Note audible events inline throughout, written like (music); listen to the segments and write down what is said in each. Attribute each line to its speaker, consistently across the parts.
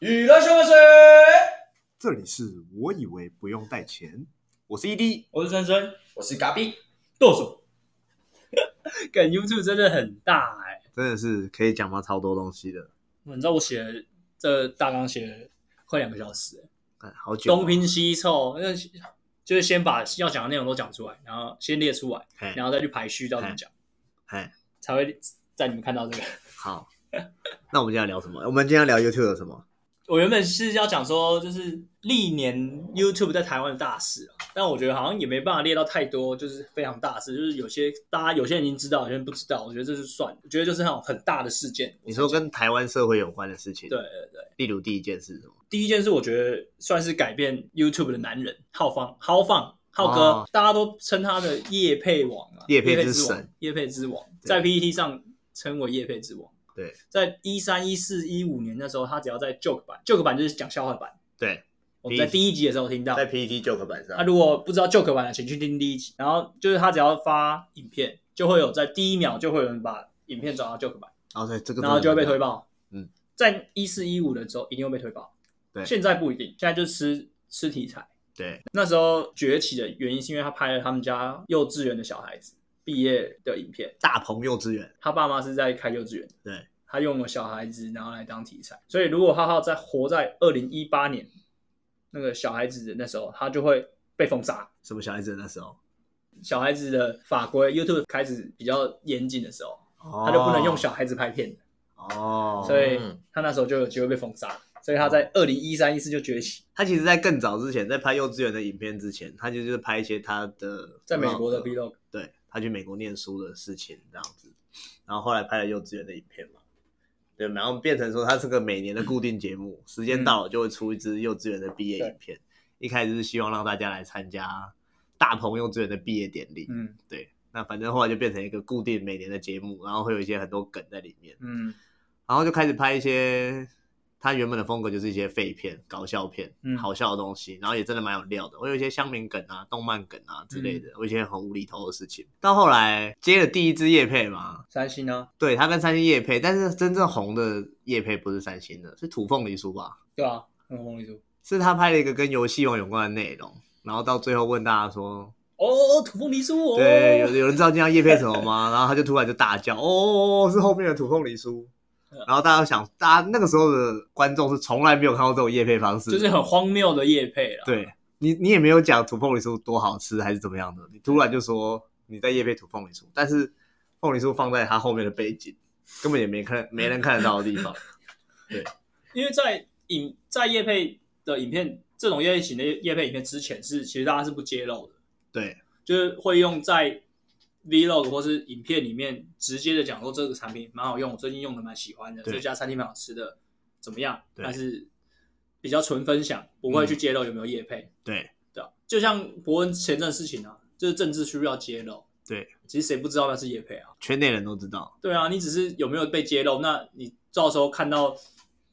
Speaker 1: 娱乐新闻水，
Speaker 2: 这里是我以为不用带钱，我是 ED，
Speaker 3: 我是森 E 森，
Speaker 1: 我是嘎比，
Speaker 3: 剁 (laughs) 手。感 YouTube 真的很大哎、
Speaker 2: 真的是可以讲到超多东西的，
Speaker 3: 你知道我写了这大纲写了快两个小时、欸，
Speaker 2: 看哎好久
Speaker 3: 东拼西凑，那就是先把要讲的内容都讲出来，然后先列出来，
Speaker 2: 嘿
Speaker 3: 然后再去排序到怎么讲，
Speaker 2: 哎，
Speaker 3: 才会在你们看到这个。 (laughs)
Speaker 2: 好，那我们今天要聊什么？我们今天要聊 YouTube 有什么？
Speaker 3: 我原本是要讲说，就是历年 YouTube 在台湾的大事啊，但我觉得好像也没办法列到太多，就是非常大事，就是有些大家有些人已经知道，有些人不知道，我觉得这是算，我觉得就是那种很大的事件。
Speaker 2: 你说跟台湾社会有关的事情，
Speaker 3: 对，对对，
Speaker 2: 例如第一件事是什么？
Speaker 3: 第一件事我觉得算是改变 YouTube 的男人，浩方、浩放、浩哥，
Speaker 2: 哦
Speaker 3: 大家都称他的叶配王啊，
Speaker 2: 业配
Speaker 3: 业
Speaker 2: 之
Speaker 3: 王
Speaker 2: 神，
Speaker 3: 叶配之王，
Speaker 2: 对
Speaker 3: 在 PPT 上称为叶配之王。
Speaker 2: 对
Speaker 3: 在一三、一四、一五年的时候，他只要在 joke 版，joke 版就是讲笑话版，
Speaker 2: 对，
Speaker 3: 我们在
Speaker 2: 第
Speaker 3: 第一集的时候听到，
Speaker 2: 在 PPT joke 版上
Speaker 3: 那、，如果不知道 joke 版的，请去听第一集。然后就是他只要发影片，就会有在第一秒就会有人把影片转到 joke 版，
Speaker 2: 哦对，这个
Speaker 3: 然后就会被推
Speaker 2: 爆，
Speaker 3: 爆。
Speaker 2: 嗯，
Speaker 3: 在一四一五的时候一定会被推爆。
Speaker 2: 对
Speaker 3: 现在不一定，现在就吃吃题材。
Speaker 2: 对
Speaker 3: 那时候崛起的原因是因为他拍了他们家幼稚园的小孩子毕业的影片，
Speaker 2: 大朋幼之源，
Speaker 3: 他爸妈是在开幼稚园，
Speaker 2: 对，
Speaker 3: 他用了小孩子然后来当题材。所以如果浩浩在活在二零一八年那个小孩子的那时候，他就会被封杀。
Speaker 2: 什么小孩子那时候，
Speaker 3: 小孩子的法规 YouTube 开始比较严谨的时候，
Speaker 2: 哦
Speaker 3: 他就不能用小孩子拍片，
Speaker 2: 哦，
Speaker 3: 所以他那时候就有机会被封杀。所以他在二零一三一四就崛起，
Speaker 2: 他其实，在更早之前，在拍幼稚园的影片之前，他就是拍一些他的
Speaker 3: 在美国的
Speaker 2: vlog
Speaker 3: Vlog
Speaker 2: 对他去美国念书的事情这样子，然后后来拍了幼稚园的影片嘛，对，然后变成说他是个每年的固定节目，时
Speaker 3: 嗯
Speaker 2: 间到了就会出一支幼稚园的毕业影片。一开始是希望让大家来参加大鹏幼稚园的毕业典礼，
Speaker 3: 嗯
Speaker 2: 那反正后来就变成一个固定每年的节目，然后会有一些很多梗在里面，
Speaker 3: 嗯
Speaker 2: 然后就开始拍一些他原本的风格就是一些废片、搞笑片、
Speaker 3: 嗯
Speaker 2: 好笑的东西，然后也真的蛮有料的。我有一些乡民梗啊、动漫梗啊之类的，我有一些很无厘头的事情。到后来接了第一支叶配嘛，
Speaker 3: 三星啊，
Speaker 2: 对他跟三星叶配，但是真正红的叶配不是三星的，是土凤梨酥吧？
Speaker 3: 对啊，很红一株。
Speaker 2: 是他拍了一个跟游戏王有关的内容，然后到最后问大家说，
Speaker 3: 哦，土凤梨酥哦，
Speaker 2: 对，有有人知道今天要叶配什么吗？然后他就突然就大叫，哦哦哦，是后面的土凤梨酥。
Speaker 3: 嗯
Speaker 2: 然后大家想，大家那个时候的观众是从来没有看过这种叶配方式的，
Speaker 3: 就是很荒谬的夜配了。，
Speaker 2: 对你，你也没有讲土凤梨酥多好吃还是怎么样的，你突然就说你在夜配土凤梨酥，但是凤梨酥放在它后面的背景，根本也没看没人看得到的
Speaker 3: (laughs)
Speaker 2: 地方。
Speaker 3: 因为在影在夜配的影片这种夜配型的夜配影片之前是，其实大家是不揭露的，
Speaker 2: 对
Speaker 3: 就是会用在 vlog 或是影片里面直接的讲说这个产品蛮好用，我最近用的蛮喜欢的，
Speaker 2: 对
Speaker 3: 这家餐厅蛮好吃的，怎么样？
Speaker 2: 对嗯
Speaker 3: 但是比较纯分享，不会去揭露有没有业配，
Speaker 2: 对
Speaker 3: 对吧？就像伯恩前阵事情啊，就是政治需要揭露，
Speaker 2: 对，
Speaker 3: 其实谁不知道那是业配啊？
Speaker 2: 圈内人都知道。
Speaker 3: 对啊，你只是有没有被揭露，那你到时候看到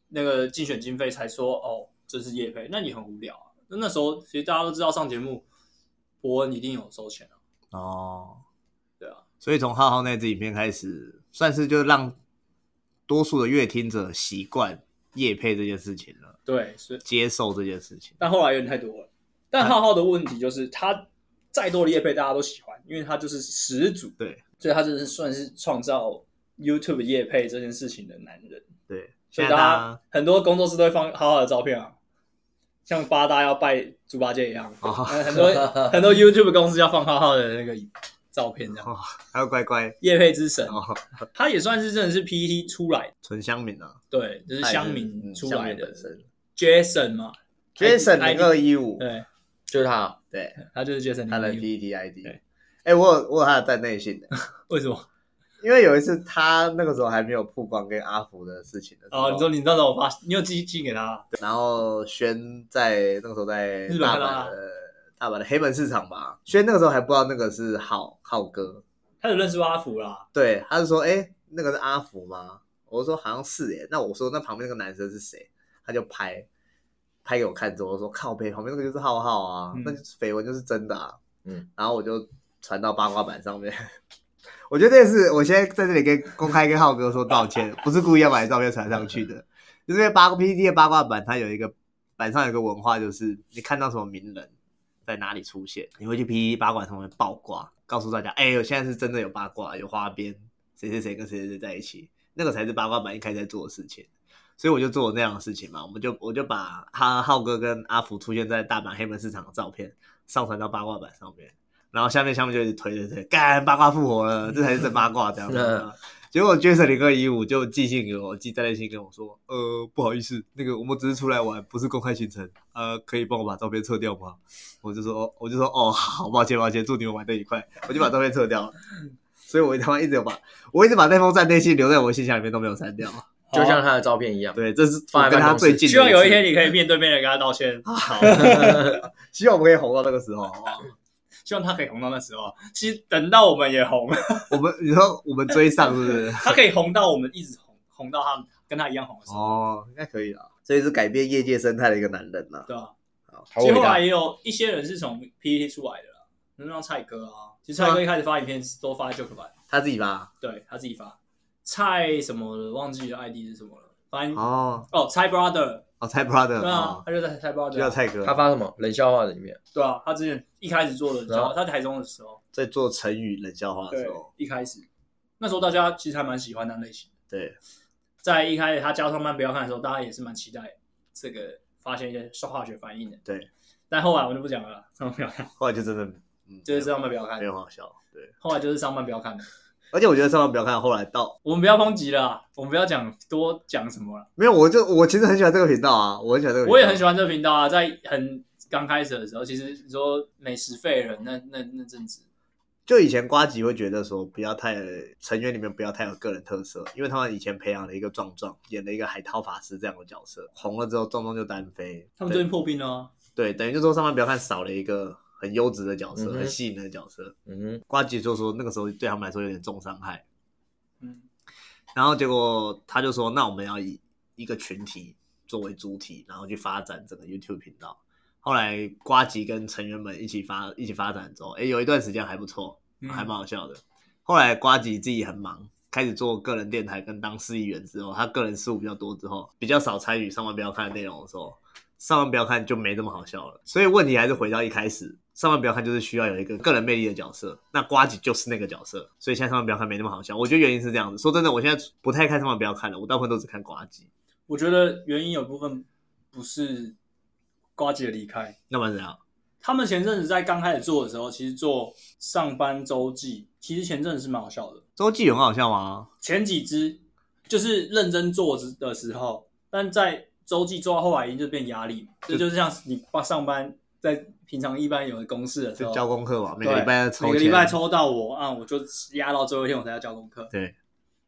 Speaker 3: 那个竞选经费才说哦这是业配，那你很无聊啊。那那时候其实大家都知道上节目，伯恩一定有收钱啊，
Speaker 2: 哦，
Speaker 3: 对啊。
Speaker 2: 所以从浩浩那支影片开始，算是就让多数的乐听者习惯夜配这件事情了，
Speaker 3: 对，所以
Speaker 2: 接受这件事情。
Speaker 3: 但后来有点太多了。
Speaker 2: 啊
Speaker 3: 但浩浩的问题就是，他再多的业配大家都喜欢，因为他就是始祖，
Speaker 2: 对，
Speaker 3: 所以他真的是算是创造 YouTube 业配这件事情的男人。
Speaker 2: 对，
Speaker 3: 所
Speaker 2: 现
Speaker 3: 以
Speaker 2: 在
Speaker 3: 大
Speaker 2: 大
Speaker 3: 家
Speaker 2: 家
Speaker 3: 很多工作室都会放浩浩的照片啊，像八大要拜猪八戒一样，呃
Speaker 2: 哦
Speaker 3: 很多
Speaker 2: (laughs)
Speaker 3: 很多 YouTube 公司要放浩浩的那个照片，这样
Speaker 2: 哦，还有乖乖
Speaker 3: 业配之神，
Speaker 2: 哦，
Speaker 3: 他也算是真的是 PET 出来的，
Speaker 2: 纯乡民啊，
Speaker 3: 对，就是乡民
Speaker 2: 嗯
Speaker 3: 出
Speaker 2: 乡
Speaker 3: 来
Speaker 2: 民
Speaker 3: 的
Speaker 2: 本身。
Speaker 3: Jason 嘛
Speaker 2: Jason
Speaker 3: 哎
Speaker 2: 零二一五，
Speaker 3: 对，
Speaker 1: 就是他，
Speaker 2: 对，
Speaker 3: 他就是 Jason，
Speaker 2: 他的 E
Speaker 3: 001
Speaker 2: PPT ID
Speaker 3: 对。
Speaker 2: 哎、我有我有他的站内信的，
Speaker 3: 为什么？
Speaker 2: 因为有一次他那个时候还没有曝光跟阿福的事情的时候，
Speaker 3: 哦，你说你那时候我发，你有寄寄给他？
Speaker 2: 对然后轩在那个时候在
Speaker 3: 日本
Speaker 2: 大
Speaker 3: 看到他
Speaker 2: 阪的大阪的黑门市场吧，轩那个时候还不知道那个是浩浩哥，
Speaker 3: 他有认识阿福啦，
Speaker 2: 对，他就说哎、那个是阿福吗？我说好像是耶，那我说那旁边那个男生是谁？他就拍拍给我看之后，我说靠背旁边那个就是浩浩啊，
Speaker 3: 嗯
Speaker 2: 那就是绯闻就是真的啊。
Speaker 1: 嗯，
Speaker 2: 然后我就传到八卦版上面。 (laughs) 我觉得这也是我现在在这里跟公开跟浩哥说道歉，不是故意要把你照片传上去的，就是因为八卦 PPT 的八卦版，它有一个版上有一个文化，就是你看到什么名人在哪里出现，你会去 PPT 八卦上面爆卦，告诉大家，哎、我现在是真的有八卦，有花边，谁谁谁跟谁谁谁在一起，那个才是八卦版一开始在做的事情。所以我就做那样的事情嘛，我们就我就把哈浩哥跟阿福出现在大阪黑门市场的照片上传到八卦版上面，然后下面下面就一直推推推，干八卦复活了，这才是真八卦这样子。啊结果 Jason 零二一五就寄信给我，寄在内信跟我说，呃，不好意思，那个我们只是出来玩，不是公开行程，呃，可以帮我把照片撤掉吗？我就说，我就说，哦，好，抱歉抱歉，祝你们玩的愉快，我就把照片撤掉了。所以我他妈一直有把，我一直把那封站内信留在我信箱里面都没有删掉。
Speaker 1: 就像他的照片一样。
Speaker 2: 对，这是
Speaker 1: 放在
Speaker 2: 我跟他
Speaker 1: 办公室
Speaker 2: 最近的次。
Speaker 3: 希望有一天你可以面对面的跟他道歉，
Speaker 2: 好，希望我们可以红到那个时候，好不好？
Speaker 3: 希望他可以红到那时候。其实等到我们也红， (laughs)
Speaker 2: 我们你说我们追上是不是？
Speaker 3: 他可以红到我们一直红，红到他跟他一样红的时候，
Speaker 2: 哦，应该可以啦。所以是改变业界生态的一个男人呐、
Speaker 3: 对吧？
Speaker 1: 好伟
Speaker 3: 其实后啊
Speaker 1: 大
Speaker 3: 来也有一些人是从 PPT 出来的啦，能让蔡哥啊，其实蔡哥一开始发影片都发 Joke 版，
Speaker 2: 他自己吧。
Speaker 3: 对他自己发。蔡什么的忘记了 ID 是什么了，反正
Speaker 2: 哦，
Speaker 3: 哦蔡 brother，
Speaker 2: 哦，蔡 brother
Speaker 3: 对啊
Speaker 2: 哦，，
Speaker 3: 他就在蔡
Speaker 2: 就叫
Speaker 3: brother，啊
Speaker 2: 蔡哥。
Speaker 1: 他发什么冷笑话的里面？
Speaker 3: 对啊，他之前一开始做的，你知道
Speaker 1: 然
Speaker 2: 啊
Speaker 3: 吗
Speaker 1: 后
Speaker 3: 他在台中的时候，
Speaker 2: 在做成语冷笑话的
Speaker 3: 对
Speaker 2: 时候，，
Speaker 3: 一开始那时候大家其实还蛮喜欢那类型的，
Speaker 2: 对，
Speaker 3: 在一开始他加上慢不要看的时候，大家也是蛮期待这个发现一些化学反应的，
Speaker 2: 对。
Speaker 3: 但后来我们就不讲了啦，上班不要看，
Speaker 2: 后来就真的，嗯，
Speaker 3: 就是上班不要看
Speaker 2: 没，有很好笑。对，
Speaker 3: 后来就是上班不要看的。
Speaker 2: 而且我觉得上班不要看，后来到
Speaker 3: 我们不要抨击了啊，我们不要讲多讲什么了。
Speaker 2: 没有，我就我其实很喜欢这个频道啊，我很喜欢这个频道，
Speaker 3: 我也很喜欢这个频道啊，在很刚开始的时候，其实你说美食废人那那那阵子，
Speaker 2: 就以前瓜吉会觉得说，不要太成员里面不要太有个人特色，因为他们以前培养了一个壮壮，演了一个海涛法师这样的角色，红了之后壮壮就单飞。
Speaker 3: 他们最近破冰了啊、
Speaker 2: 对对，等于就说上班不要看少了一个很优质的角色，
Speaker 1: 嗯哼
Speaker 2: 很吸引人的角色。
Speaker 1: 嗯哼，
Speaker 2: 瓜吉就说那个时候对他们来说有点重伤害，
Speaker 3: 嗯，
Speaker 2: 然后结果他就说，那我们要以一个群体作为主体，然后去发展整个 YouTube 频道。后来瓜吉跟成员们一起发一起发展之后，诶，有一段时间还不错，
Speaker 3: 嗯
Speaker 2: 还蛮好笑的。后来瓜吉自己很忙，开始做个人电台跟当市议员之后，他个人事务比较多之后，比较少参与上万不要看的内容的时候，上万不要看就没那么好笑了。所以问题还是回到一开始，上万不要看就是需要有一个个人魅力的角色，那瓜吉就是那个角色，所以现在上万不要看没那么好笑。我觉得原因是这样子。说真的，我现在不太看上万不要看了，我大部分都只看瓜吉。
Speaker 3: 我觉得原因有部分不是瓜姐离开，
Speaker 2: 那不然怎样？
Speaker 3: 他们前阵子在刚开始做的时候，其实做上班周记，其实前阵子是蛮好笑的，
Speaker 2: 周记有很好笑吗？
Speaker 3: 前几支就是认真做的时候，但在周记做到后来就变压力嘛，这就是像你爸上班在平常一般有的公式的时
Speaker 2: 就
Speaker 3: 候，
Speaker 2: 交功课嘛，每
Speaker 3: 对
Speaker 2: 个礼拜抽
Speaker 3: 每个
Speaker 2: 签
Speaker 3: 礼拜抽到我啊，我就压到最后一天我才要交功课。
Speaker 2: 对，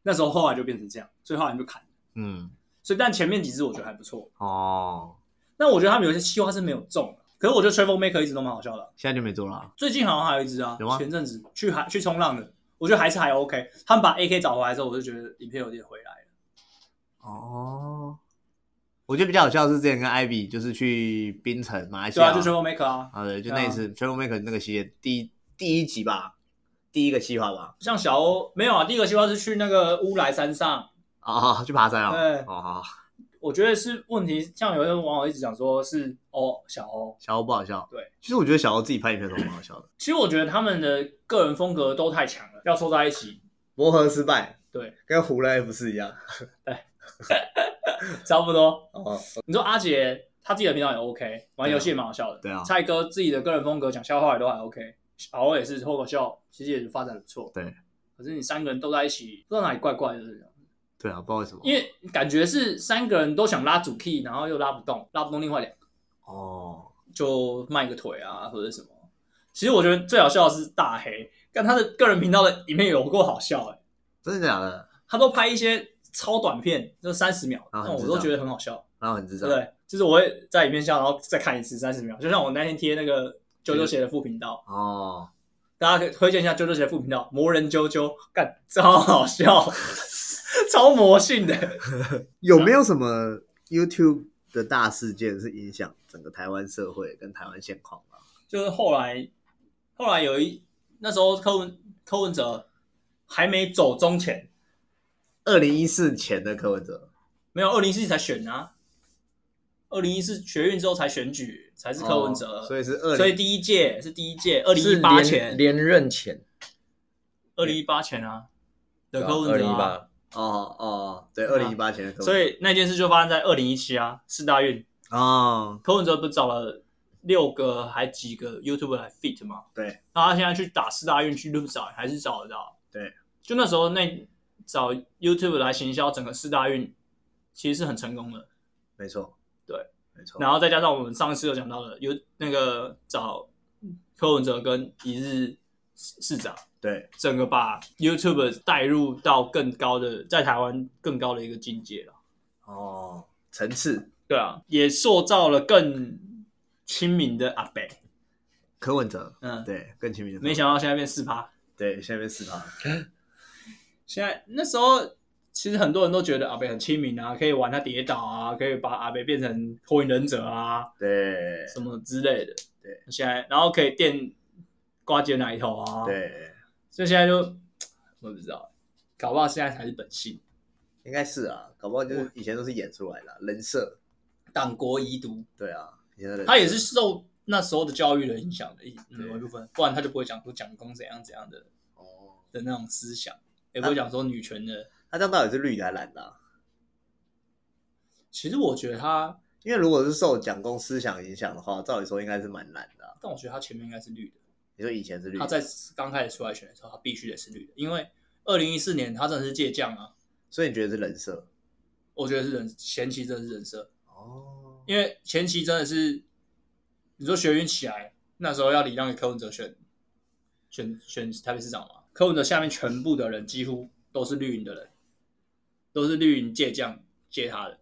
Speaker 3: 那时候后来就变成这样，所以后来就砍。
Speaker 2: 嗯，
Speaker 3: 所以但前面几支我觉得还不错，
Speaker 2: 哦，但
Speaker 3: 但我觉得他们有些企划是没有中的，可是我觉得 Travel Maker 一直都蛮好笑的啊、
Speaker 2: 现在就没做了啊、
Speaker 3: 最近好像还有一只啊，
Speaker 2: 有吗
Speaker 3: 前阵子去海去冲浪的，我觉得还是还 OK。他们把 AK 找回来之后，我就觉得影片有点回来了。
Speaker 2: 哦，我觉得比较好笑的是之前跟艾比就是去槟城马来西
Speaker 3: 对
Speaker 2: 亚，
Speaker 3: 啊，就 Travel Maker 啊，
Speaker 2: 啊对，就
Speaker 3: 对啊
Speaker 2: 那一次 Travel Maker 那个系列第一第一集吧，第一个计划吧，
Speaker 3: 像小欧没有啊，第一个计划是去那个乌来山上，
Speaker 2: 哦，去爬山啊、
Speaker 3: 对
Speaker 2: 哦，哦好，
Speaker 3: 我觉得是问题。像有些网友一直讲说是哦小欧，
Speaker 2: 小欧不好笑，
Speaker 3: 对，
Speaker 2: 其实我觉得小欧自己拍影片都蛮好笑的，
Speaker 3: 其实我觉得他们的个人风格都太强了，要凑在一起， (laughs)
Speaker 2: 磨合失败，
Speaker 3: 对，
Speaker 2: 跟胡来不是一样，
Speaker 3: 差不多。
Speaker 2: 哦，
Speaker 3: 你说阿杰他自己的频道也 OK，玩游戏也蛮好笑的。
Speaker 2: 对啊
Speaker 3: 蔡哥自己的个人风格讲笑话也都还 OK，小欧也是脱口秀，其实也发展得不错。
Speaker 2: 对，
Speaker 3: 可是你三个人都在一起，不知道哪里怪怪的，就是这样
Speaker 2: 对啊，不知道为什么，
Speaker 3: 因为感觉是三个人都想拉主 key，然后又拉不动，拉不动另外两个，
Speaker 2: 哦，
Speaker 3: 就迈个腿啊或者什么。其实我觉得最好笑的是大黑，但他的个人频道的影片有够好笑哎、
Speaker 2: 真的假的？
Speaker 3: 他都拍一些超短片，就三十秒，
Speaker 2: 啊
Speaker 3: 但
Speaker 2: 很
Speaker 3: 我
Speaker 2: 智
Speaker 3: 都
Speaker 2: 障
Speaker 3: 觉得很好笑。
Speaker 2: 然后很智障
Speaker 3: 对不，对，就是我会在影片下，然后再看一次三十秒，就像我那天贴那个啾啾鞋的副频道，
Speaker 2: 哦，
Speaker 3: 大家可以推荐一下啾啾鞋的副频道“魔人啾啾”，干超好笑， (laughs) 超魔性的。
Speaker 2: 有没有什么 YouTube 的大事件是影响整个台湾社会跟台湾现况的？
Speaker 3: 就是后来，后来有一那时候柯文柯文哲还没走中前，
Speaker 2: 二零一四前的柯文哲，
Speaker 3: 没有，二零一四才选啊，二零一四学运之后才选举，才是柯文哲，
Speaker 2: 哦所以是二
Speaker 3: 所
Speaker 2: 零
Speaker 3: 以第一届是第一届，二零
Speaker 1: 是
Speaker 3: 一八
Speaker 1: 连
Speaker 3: 前，
Speaker 1: 连任前，
Speaker 3: 二零一八前啊，的柯
Speaker 1: 二
Speaker 3: 文
Speaker 1: 零
Speaker 3: 哲
Speaker 1: 一
Speaker 3: 啊，
Speaker 1: 八，
Speaker 2: 哦哦，对，
Speaker 3: 对
Speaker 2: 二
Speaker 3: 啊
Speaker 2: 零一八前的柯文哲，
Speaker 3: 所以那件事就发生在二零一七啊，四大运，
Speaker 2: 哦，
Speaker 3: 柯文哲不是找了六个还几个 YouTube 来 fit 吗？
Speaker 2: 对，
Speaker 3: 那他现在去打四大运去 loop 找，还是找得到？
Speaker 2: 对，
Speaker 3: 就那时候那找 YouTube 来行销整个四大运，其实是很成功的。
Speaker 2: 没错，
Speaker 3: 对，
Speaker 2: 没错。
Speaker 3: 然后再加上我们上次有讲到的，有那个找柯文哲跟一日市市长，
Speaker 2: 对
Speaker 3: 整个把 YouTube 带入到更高的，在台湾更高的一个境界了。
Speaker 2: 哦，层次
Speaker 3: 对啊，也塑造了更亲民的阿北。
Speaker 2: 柯文哲，
Speaker 3: 嗯，
Speaker 2: 对，更亲密的，
Speaker 3: 没想到现在变四趴。
Speaker 2: 对，下面四趴，
Speaker 3: 现在那时候，其实很多人都觉得阿北很亲民啊，可以玩他跌倒啊，可以把阿北变成火影忍者啊，
Speaker 2: 对
Speaker 3: 什么之类的。
Speaker 2: 对，
Speaker 3: 现在然后可以垫瓜姐奶头啊。，
Speaker 2: 对，
Speaker 3: 所以现在就我也不知道，搞不好现在才是本性，
Speaker 2: 应该是啊，搞不好就是以前都是演出来的啊人设，
Speaker 3: 党国遗毒，
Speaker 2: 对啊，以前的人
Speaker 3: 他也是受那时候的教育的影响的一
Speaker 2: 对
Speaker 3: 某一部分，不然他就不会讲出蒋公怎样怎样的
Speaker 2: 哦，
Speaker 3: 的那种思想，也不会讲说女权的。
Speaker 2: 他这样到底是绿的还是蓝的啊？
Speaker 3: 其实我觉得他，
Speaker 2: 因为如果是受蒋公思想影响的话，照理说应该是蛮蓝的啊。
Speaker 3: 但我觉得他前面应该是绿的。
Speaker 2: 你说以前是绿的，
Speaker 3: 他在刚开始出来选的时候，他必须得是绿的，因为二零一四年他真的是借将啊，
Speaker 2: 所以你觉得是人设？
Speaker 3: 我觉得是人前期真的是人设，
Speaker 2: 哦，
Speaker 3: 因为前期真的是你说学运起来那时候要礼让给柯文哲选选选台北市长嘛，柯文哲下面全部的人几乎都是绿营的人，都是绿营借将借他的，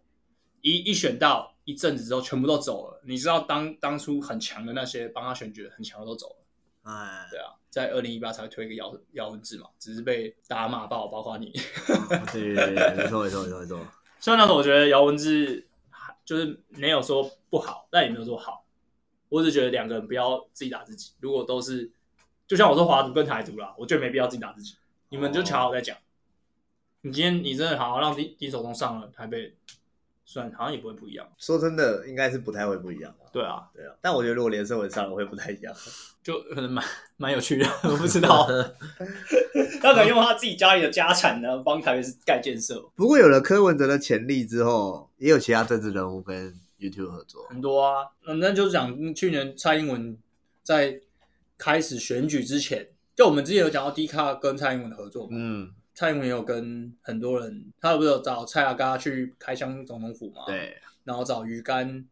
Speaker 3: 一一选到一阵子之后全部都走了，你知道当当初很强的那些帮他选举的很强的都走了。
Speaker 2: 哎，
Speaker 3: 对啊，在二零一八才推一个姚姚文志嘛，只是被大家骂爆，包括 (laughs) 你。
Speaker 2: (laughs) 对对对对，没错没错没错没错，
Speaker 3: 虽然那时候我觉得姚文志还就是没有说不好，但也没有说好，我只觉得两个人不要自己打自己。如果都是，就像我说华独跟台独啦，我觉得没必要自己打自己，你们就瞧好再讲。你今天你真的好好让丁丁守中上了台北，虽然好像也不会不一样。
Speaker 2: 说真的，应该是不太会不一样的。
Speaker 3: 对啊，
Speaker 2: 对啊，但我觉得如果连胜文上了会不太一样。
Speaker 3: 就可能蛮 (laughs) 蛮有趣的，我不知 (laughs) 道。他可能用他自己家里的家产呢，帮台北市盖建设。
Speaker 2: 不过有了柯文哲的潜力之后，也有其他政治人物跟 YouTube 合作。
Speaker 3: 很多啊，那那就讲去年蔡英文在开始选举之前，就我们之前有讲到 D 卡跟蔡英文的合作嘛，
Speaker 2: 嗯，
Speaker 3: 蔡英文也有跟很多人，他不是有找蔡阿嘎去开箱总统府嘛，，
Speaker 2: 对，
Speaker 3: 然后找鱼竿，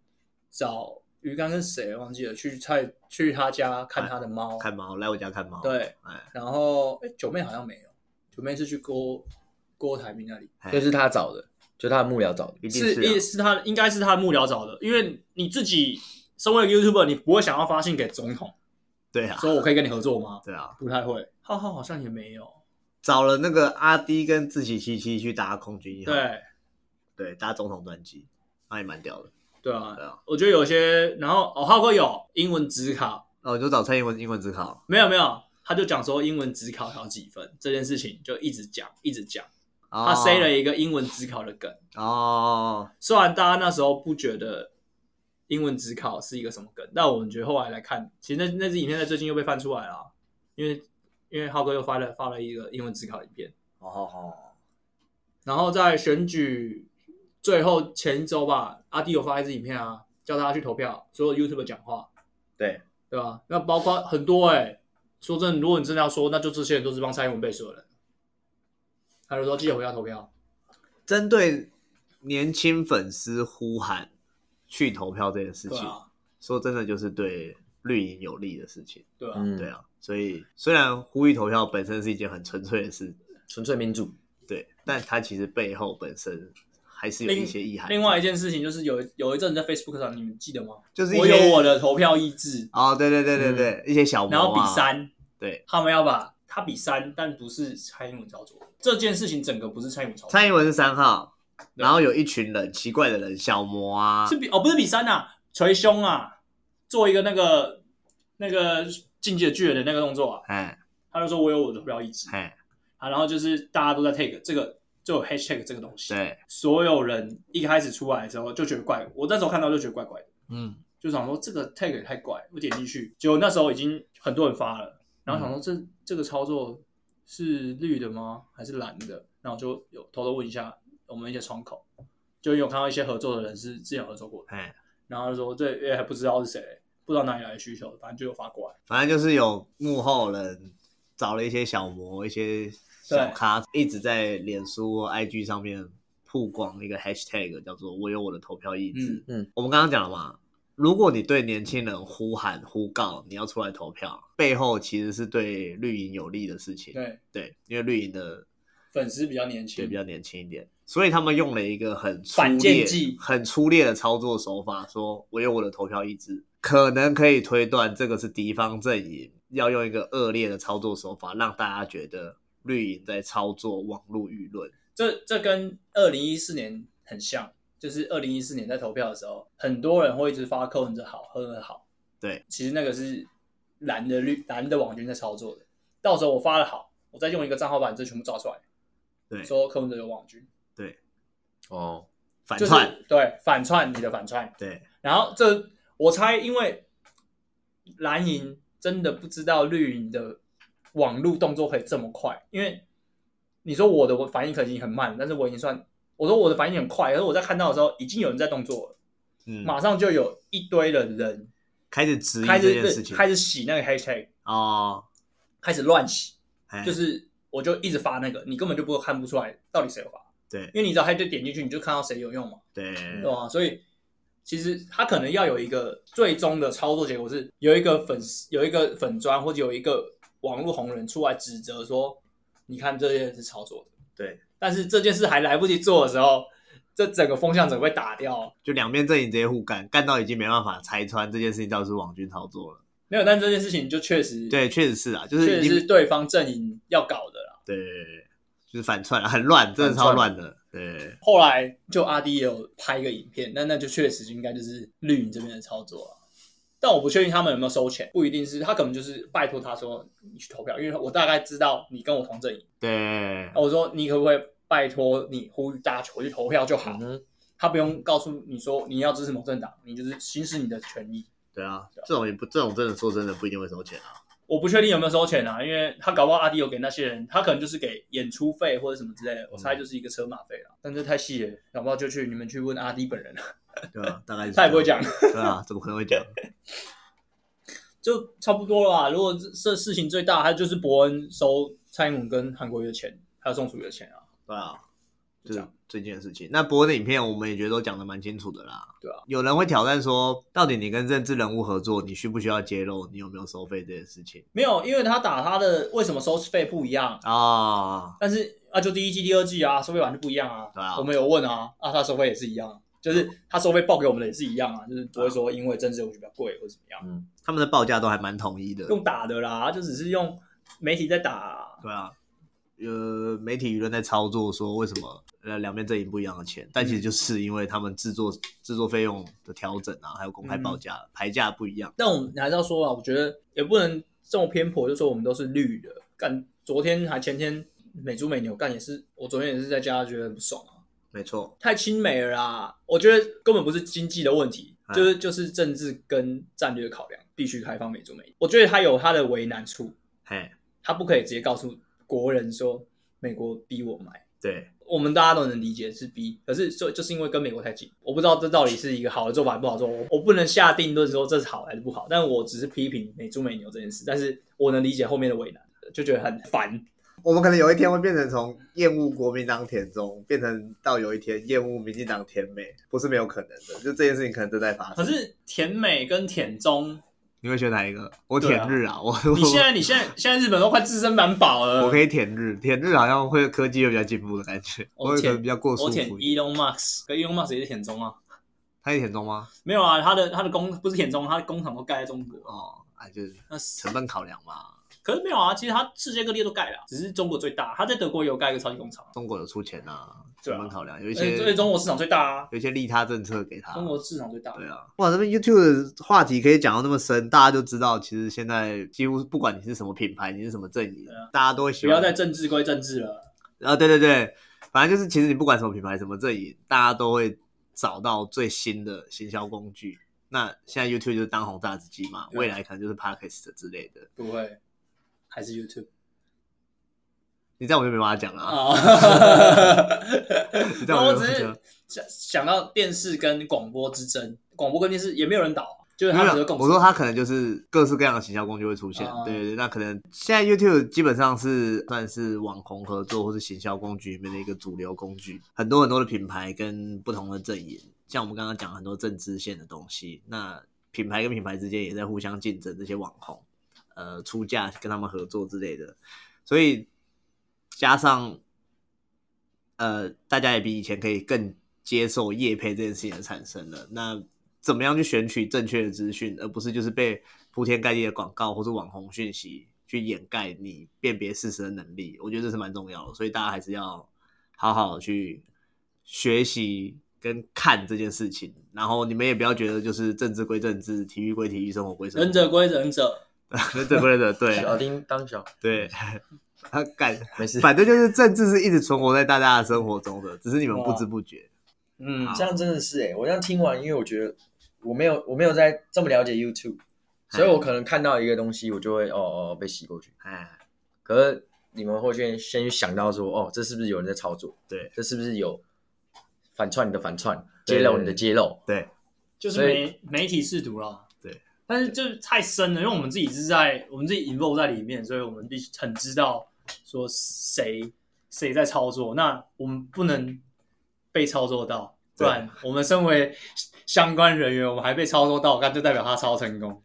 Speaker 3: 找鱼竿跟谁忘记了，去蔡去他家看他的猫，
Speaker 2: 啊看猫来我家看猫。，
Speaker 3: 对，
Speaker 2: 哎，
Speaker 3: 然后哎九妹好像没有，九妹是去郭郭台铭那里，
Speaker 1: 这是他找的，就他的幕僚找的。
Speaker 2: 一定
Speaker 3: 是
Speaker 2: 是啊
Speaker 3: 一是他应该是他的幕僚找的，因为你自己身为一个 YouTuber，你不会想要发信给总统。
Speaker 2: 对啊，
Speaker 3: 说我可以跟你合作吗？
Speaker 2: 对啊，
Speaker 3: 不太会，浩浩好像也没有。
Speaker 2: 找了那个阿迪跟自己七七去搭空军一号，
Speaker 3: 对
Speaker 2: 对，搭总统专机，那也蛮屌的。
Speaker 3: 对啊，
Speaker 2: 对啊，
Speaker 3: 我觉得有些，然后哦，浩哥有英文只考，
Speaker 2: 哦，我就找蔡英文英文自考。
Speaker 3: 没有没有，他就讲说英文只考考几分这件事情，就一直讲一直讲，
Speaker 2: 哦
Speaker 3: 他塞了一个英文只考的梗，
Speaker 2: 哦，
Speaker 3: 虽然大家那时候不觉得。英文只考是一个什么梗？但我们觉得后来来看，其实那那支影片在最近又被翻出来了啊，因为因为浩哥又发了发了一个英文只考影片，
Speaker 2: 哦哦
Speaker 3: 然后在选举最后前一周吧，阿弟有发一支影片啊，叫大家去投票，所有 YouTube 讲话，
Speaker 2: 对
Speaker 3: 对吧？那包括很多哎、说真的，如果你真的要说，那就这些人都是帮蔡英文背书的人。他就说记得回家投票，
Speaker 2: 针对年轻粉丝呼喊去投票这件事
Speaker 3: 对
Speaker 2: 情，
Speaker 3: 啊，
Speaker 2: 说真的就是对绿营有利的事情。
Speaker 3: 对啊，
Speaker 1: 嗯，
Speaker 2: 对，啊，所以虽然呼吁投票本身是一件很纯粹的事，
Speaker 1: 纯粹民主。
Speaker 2: 对，但它其实背后本身还是有一些意涵。
Speaker 3: 另外一件事情就是有有一阵在 Facebook 上，你们记得吗？
Speaker 2: 就是一
Speaker 3: 我
Speaker 2: 些
Speaker 3: 有我的投票意志，
Speaker 2: 哦，对对对对对，一些小
Speaker 3: 然后
Speaker 2: 魔
Speaker 3: 比
Speaker 2: 啊，
Speaker 3: 三，
Speaker 2: 对，
Speaker 3: 他们要把他比三，但不是蔡英文操作。这件事情整个不是蔡英文操作，
Speaker 2: 蔡英文是三号，
Speaker 3: 对
Speaker 2: 然后有一群人奇怪的人，小魔啊
Speaker 3: 是，比哦，不是比三啊，捶胸啊，做一个那个那个进击的巨人的那个动作啊，
Speaker 2: 哎
Speaker 3: 他就说我有我的投票意志
Speaker 2: 哎
Speaker 3: 啊，然后就是大家都在 take 这个就有 hashtag 这个东西。
Speaker 2: 对，
Speaker 3: 所有人一开始出来的时候就觉得怪，我那时候看到就觉得怪怪的，
Speaker 2: 嗯，
Speaker 3: 就想说这个 tag 也太怪，我点进去，结果那时候已经很多人发了，然后想说这、
Speaker 2: 嗯
Speaker 3: 这个操作是绿的吗？还是蓝的？然后就有偷偷问一下我们一些窗口，就有看到一些合作的人是之前合作过的，
Speaker 2: 哎，
Speaker 3: 然后就说这也还不知道是谁，不知道哪里来的需求，反正就有发过来。
Speaker 2: 反正就是有幕后人找了一些小模、一些小咖，一直在脸书或 IG 上面曝光一个 hashtag，叫做“我有我的投票意志”。
Speaker 1: 嗯嗯，
Speaker 2: 我们刚刚讲了嘛，如果你对年轻人呼喊呼告你要出来投票，背后其实是对绿营有利的事情。
Speaker 3: 对，
Speaker 2: 对，因为绿营的
Speaker 3: 粉丝比较年
Speaker 2: 对
Speaker 3: 轻，
Speaker 2: 比较年轻一点，所以他们用了一个很粗
Speaker 3: 嗯反
Speaker 2: 劣
Speaker 3: 间计、
Speaker 2: 很粗劣的操作手法，说我有我的投票意志，可能可以推断这个是敌方阵营要用一个恶劣的操作手法，让大家觉得绿营在操作网络舆论。
Speaker 3: 这这跟二零一四年很像，就是二零一四年在投票的时候，很多人会一直发扣人着好，喝着好。
Speaker 2: 对，
Speaker 3: 其实那个是蓝的绿蓝的网军在操作的。到时候我发了好，我再用一个账号把你这全部抓出来，
Speaker 2: 对，
Speaker 3: 说柯文哲有网军，
Speaker 1: 哦，
Speaker 2: 反
Speaker 3: 就是
Speaker 2: 串，
Speaker 3: 对反串你的反串。
Speaker 2: 对
Speaker 3: 然后这我猜，因为蓝营真的不知道绿营的网络动作可以这么快，因为你说我的我反应可能已经很慢，但是我已经算我说我的反应很快，可是我在看到的时候已经有人在动作了，
Speaker 2: 嗯，
Speaker 3: 马上就有一堆的人
Speaker 2: 开始质疑
Speaker 3: 开
Speaker 2: 这
Speaker 3: 始
Speaker 2: 件事情
Speaker 3: 开始洗那个 hashtag，
Speaker 2: 哦，
Speaker 3: 开始乱洗，
Speaker 2: 哎
Speaker 3: 就是我就一直发那个，你根本就不看不出来到底谁有发，
Speaker 2: 对
Speaker 3: 因为你只要 hashtag 点进去，你就看到谁有用嘛。
Speaker 2: 对
Speaker 3: 对吧？所以其实他可能要有一个最终的操作结果是有一个粉丝、有一个粉砖或者有一个网络红人出来指责说，你看这件事操作的，
Speaker 2: 对，
Speaker 3: 但是这件事还来不及做的时候，这整个风向整个被打掉。
Speaker 2: 就两边阵营直接互干，干到已经没办法拆穿这件事情到底是网军操作了。
Speaker 3: 没有，但这件事情就确实，
Speaker 2: 对，确实是啊，就是
Speaker 3: 确
Speaker 2: 已经
Speaker 3: 实是对方阵营要搞的啦。
Speaker 2: 对对对，对就是反串啊，很乱，真的超乱的。对，
Speaker 3: 后来就阿迪也有拍一个影片，那那就确实应该就是绿营这边的操作了。但我不确定他们有没有收钱，不一定是他可能就是拜托他说你去投票，因为我大概知道你跟我同阵营，
Speaker 2: 对，
Speaker 3: 我说你可不可以拜托你呼吁大家求去投票就好
Speaker 1: 嗯，哼，
Speaker 3: 他不用告诉你说你要支持某政党，你就是行使你的权益。
Speaker 2: 对啊，这种也不，这种真的说真的不一定会收钱啊。
Speaker 3: 我不确定有没有收钱啊，因为他搞不好阿迪有给那些人，他可能就是给演出费或者什么之类的，我猜就是一个车马费了。嗯但这太细了，搞不好就去你们去问阿迪本人了，
Speaker 2: 对
Speaker 3: (laughs)
Speaker 2: 啊，大概是这样
Speaker 3: 他也不会讲。
Speaker 2: 对啊，怎么可能会
Speaker 3: (laughs)
Speaker 2: 讲？
Speaker 3: 就差不多了啦。如果这这事情最大，他就是伯恩收蔡英文跟韩国瑜的钱，还有宋楚瑜的钱啊。
Speaker 2: 对啊，就
Speaker 3: 就这
Speaker 2: 是
Speaker 3: 样
Speaker 2: 最近的事情。那博文的影片我们也觉得都讲的蛮清楚的啦。
Speaker 3: 对啊，
Speaker 2: 有人会挑战说，到底你跟政治人物合作，你需不需要揭露你有没有收费这件事情
Speaker 3: 没有，因为他打他的为什么收费不一样？
Speaker 2: 啊？
Speaker 3: 但是啊，就第一季、第二季啊，收费完全不一样啊。
Speaker 2: 对啊
Speaker 3: 我们有问啊，啊，他收费也是一样啊，就是他收费报给我们的也是一样啊，就是不会说因为政治我觉得比较贵或者怎么样，
Speaker 1: 嗯，
Speaker 2: 他们的报价都还蛮统一的。
Speaker 3: 用打的啦，就只是用媒体在打啊、
Speaker 2: 对啊，呃，媒体舆论在操作说为什么呃两边阵营不一样的钱，但其
Speaker 3: 嗯
Speaker 2: 实就是因为他们制作制作费用的调整啊，还有公开报价、
Speaker 3: 嗯
Speaker 2: 牌价不一样。
Speaker 3: 但我们还是要说啊，我觉得也不能这么偏颇，就说我们都是绿的。干，昨天还前天美猪美牛干也是，我昨天也是在家觉得很不爽啊，
Speaker 2: 没错，
Speaker 3: 太亲美了啦。我觉得根本不是经济的问题，
Speaker 2: 哎
Speaker 3: 就是就是政治跟战略考量，必须开放美猪美牛。我觉得他有他的为难处，
Speaker 2: 嘿，
Speaker 3: 他不可以直接告诉国人说美国逼我买。
Speaker 2: 对，
Speaker 3: 我们大家都能理解是逼，可是就就是因为跟美国太近，我不知道这到底是一个好的做法还是不好做，我我不能下定论说这是好还是不好，但我只是批评美猪美牛这件事，但是我能理解后面的为难，就觉得很烦。
Speaker 2: 我们可能有一天会变成从厌恶国民党舔中，变成到有一天厌恶民进党舔美，不是没有可能的。就这件事情可能正在发
Speaker 3: 可。是甜美跟
Speaker 2: (laughs)
Speaker 3: 甜中，
Speaker 2: 你会选哪一个？我
Speaker 3: 对啊
Speaker 2: 舔日啊，我我
Speaker 3: 你现在你现在现在日本都快自身难保了，
Speaker 2: 我可以舔日，舔日好像会科技会比较进步的感觉，
Speaker 3: 我
Speaker 2: 我会可能
Speaker 3: 舔
Speaker 2: 比较过舒
Speaker 3: 我舔
Speaker 2: 服一点。
Speaker 3: Elon Musk，可 Elon Musk 也是甜中啊，
Speaker 2: 他也舔中吗？
Speaker 3: 没有啊，他的他的工不是甜中，他的工厂都盖在中国，
Speaker 2: 哦，啊，就是
Speaker 3: 那是
Speaker 2: 成本考量嘛。
Speaker 3: 可是没有啊，其实它世界各地都盖了啊，只是中国最大。它在德国也有盖一个超级工厂啊，
Speaker 2: 中国有出钱啊，
Speaker 3: 对
Speaker 2: 成
Speaker 3: 啊
Speaker 2: 本考量，有一
Speaker 3: 而
Speaker 2: 些
Speaker 3: 且中国市场最大啊，
Speaker 2: 有一些利他政策给他。
Speaker 3: 中国市场最大。
Speaker 2: 对啊，哇，这边 YouTube 的话题可以讲到那么深，大家就知道，其实现在几乎不管你是什么品牌，你是什么阵营，
Speaker 3: 对啊
Speaker 2: 大家都会喜
Speaker 3: 不
Speaker 2: 欢。
Speaker 3: 要再政治归政治了，
Speaker 2: 啊，对对对，反正就是其实你不管什么品牌什么阵营，大家都会找到最新的行销工具。那现在 YouTube 就是当红炸子鸡嘛，
Speaker 3: 对啊
Speaker 2: 未来可能就是 Podcast 之类的。
Speaker 3: 不会，还是 YouTube
Speaker 2: 你这样我就没办法讲了啊。
Speaker 3: 啊。
Speaker 2: (laughs) 你这
Speaker 3: 哦
Speaker 2: 样
Speaker 3: 那我
Speaker 2: 就
Speaker 3: 只
Speaker 2: 不行
Speaker 3: 是
Speaker 2: 了
Speaker 3: 想想到电视跟广播之争，广播跟电视也没有人倒啊，就是
Speaker 2: 没
Speaker 3: 他
Speaker 2: 有
Speaker 3: 们只是
Speaker 2: 没有，
Speaker 3: 共
Speaker 2: 我说它可能就是各式各样的行销工具会出现。
Speaker 3: 啊
Speaker 2: 对对对，那可能现在 YouTube 基本上是算是网红合作或是行销工具里面的一个主流工具，很多很多的品牌跟不同的阵营，像我们刚刚讲很多政治线的东西，那品牌跟品牌之间也在互相竞争这些网红，呃，出价跟他们合作之类的，所以加上呃，大家也比以前可以更接受业配这件事情的产生了。那怎么样去选取正确的资讯，而不是就是被铺天盖地的广告或是网红讯息去掩盖你辨别事实的能力？我觉得这是蛮重要的，所以大家还是要好好地去学习跟看这件事情。然后你们也不要觉得就是政治归政治，体育归体育，生活归生活，
Speaker 3: 忍者归忍者，
Speaker 2: 忍者归忍者，
Speaker 4: 啊
Speaker 2: 对啊
Speaker 1: 小叮当小，
Speaker 2: 对， (laughs) 他干。
Speaker 1: 没事。
Speaker 2: 反正就是政治是一直存活在大家的生活中的，只是你们不知不觉。
Speaker 3: 嗯，
Speaker 2: 好
Speaker 4: 这样真的是哎、我这样听完，因为我觉得我没有我没有在这么了解 YouTube，所以我可能看到一个东西，我就会哦哦被洗过去。
Speaker 2: 哎，
Speaker 4: 可是你们会先先去想到说，哦，这是不是有人在操作？
Speaker 2: 对，
Speaker 4: 这是不是有反串你的反串，
Speaker 2: 对
Speaker 4: 揭露你的揭露？
Speaker 2: 对，
Speaker 3: 就是
Speaker 4: 所以
Speaker 3: 媒媒体试毒啦。
Speaker 2: 对，
Speaker 3: 但是就是太深了，因为我们自己是在我们自己 involve 在里面，所以我们必须很知道说谁谁在操作。那我们不能被操作到，不
Speaker 2: 对
Speaker 3: 然我们身为相关人员，我们还被操作到，那就代表他操成功。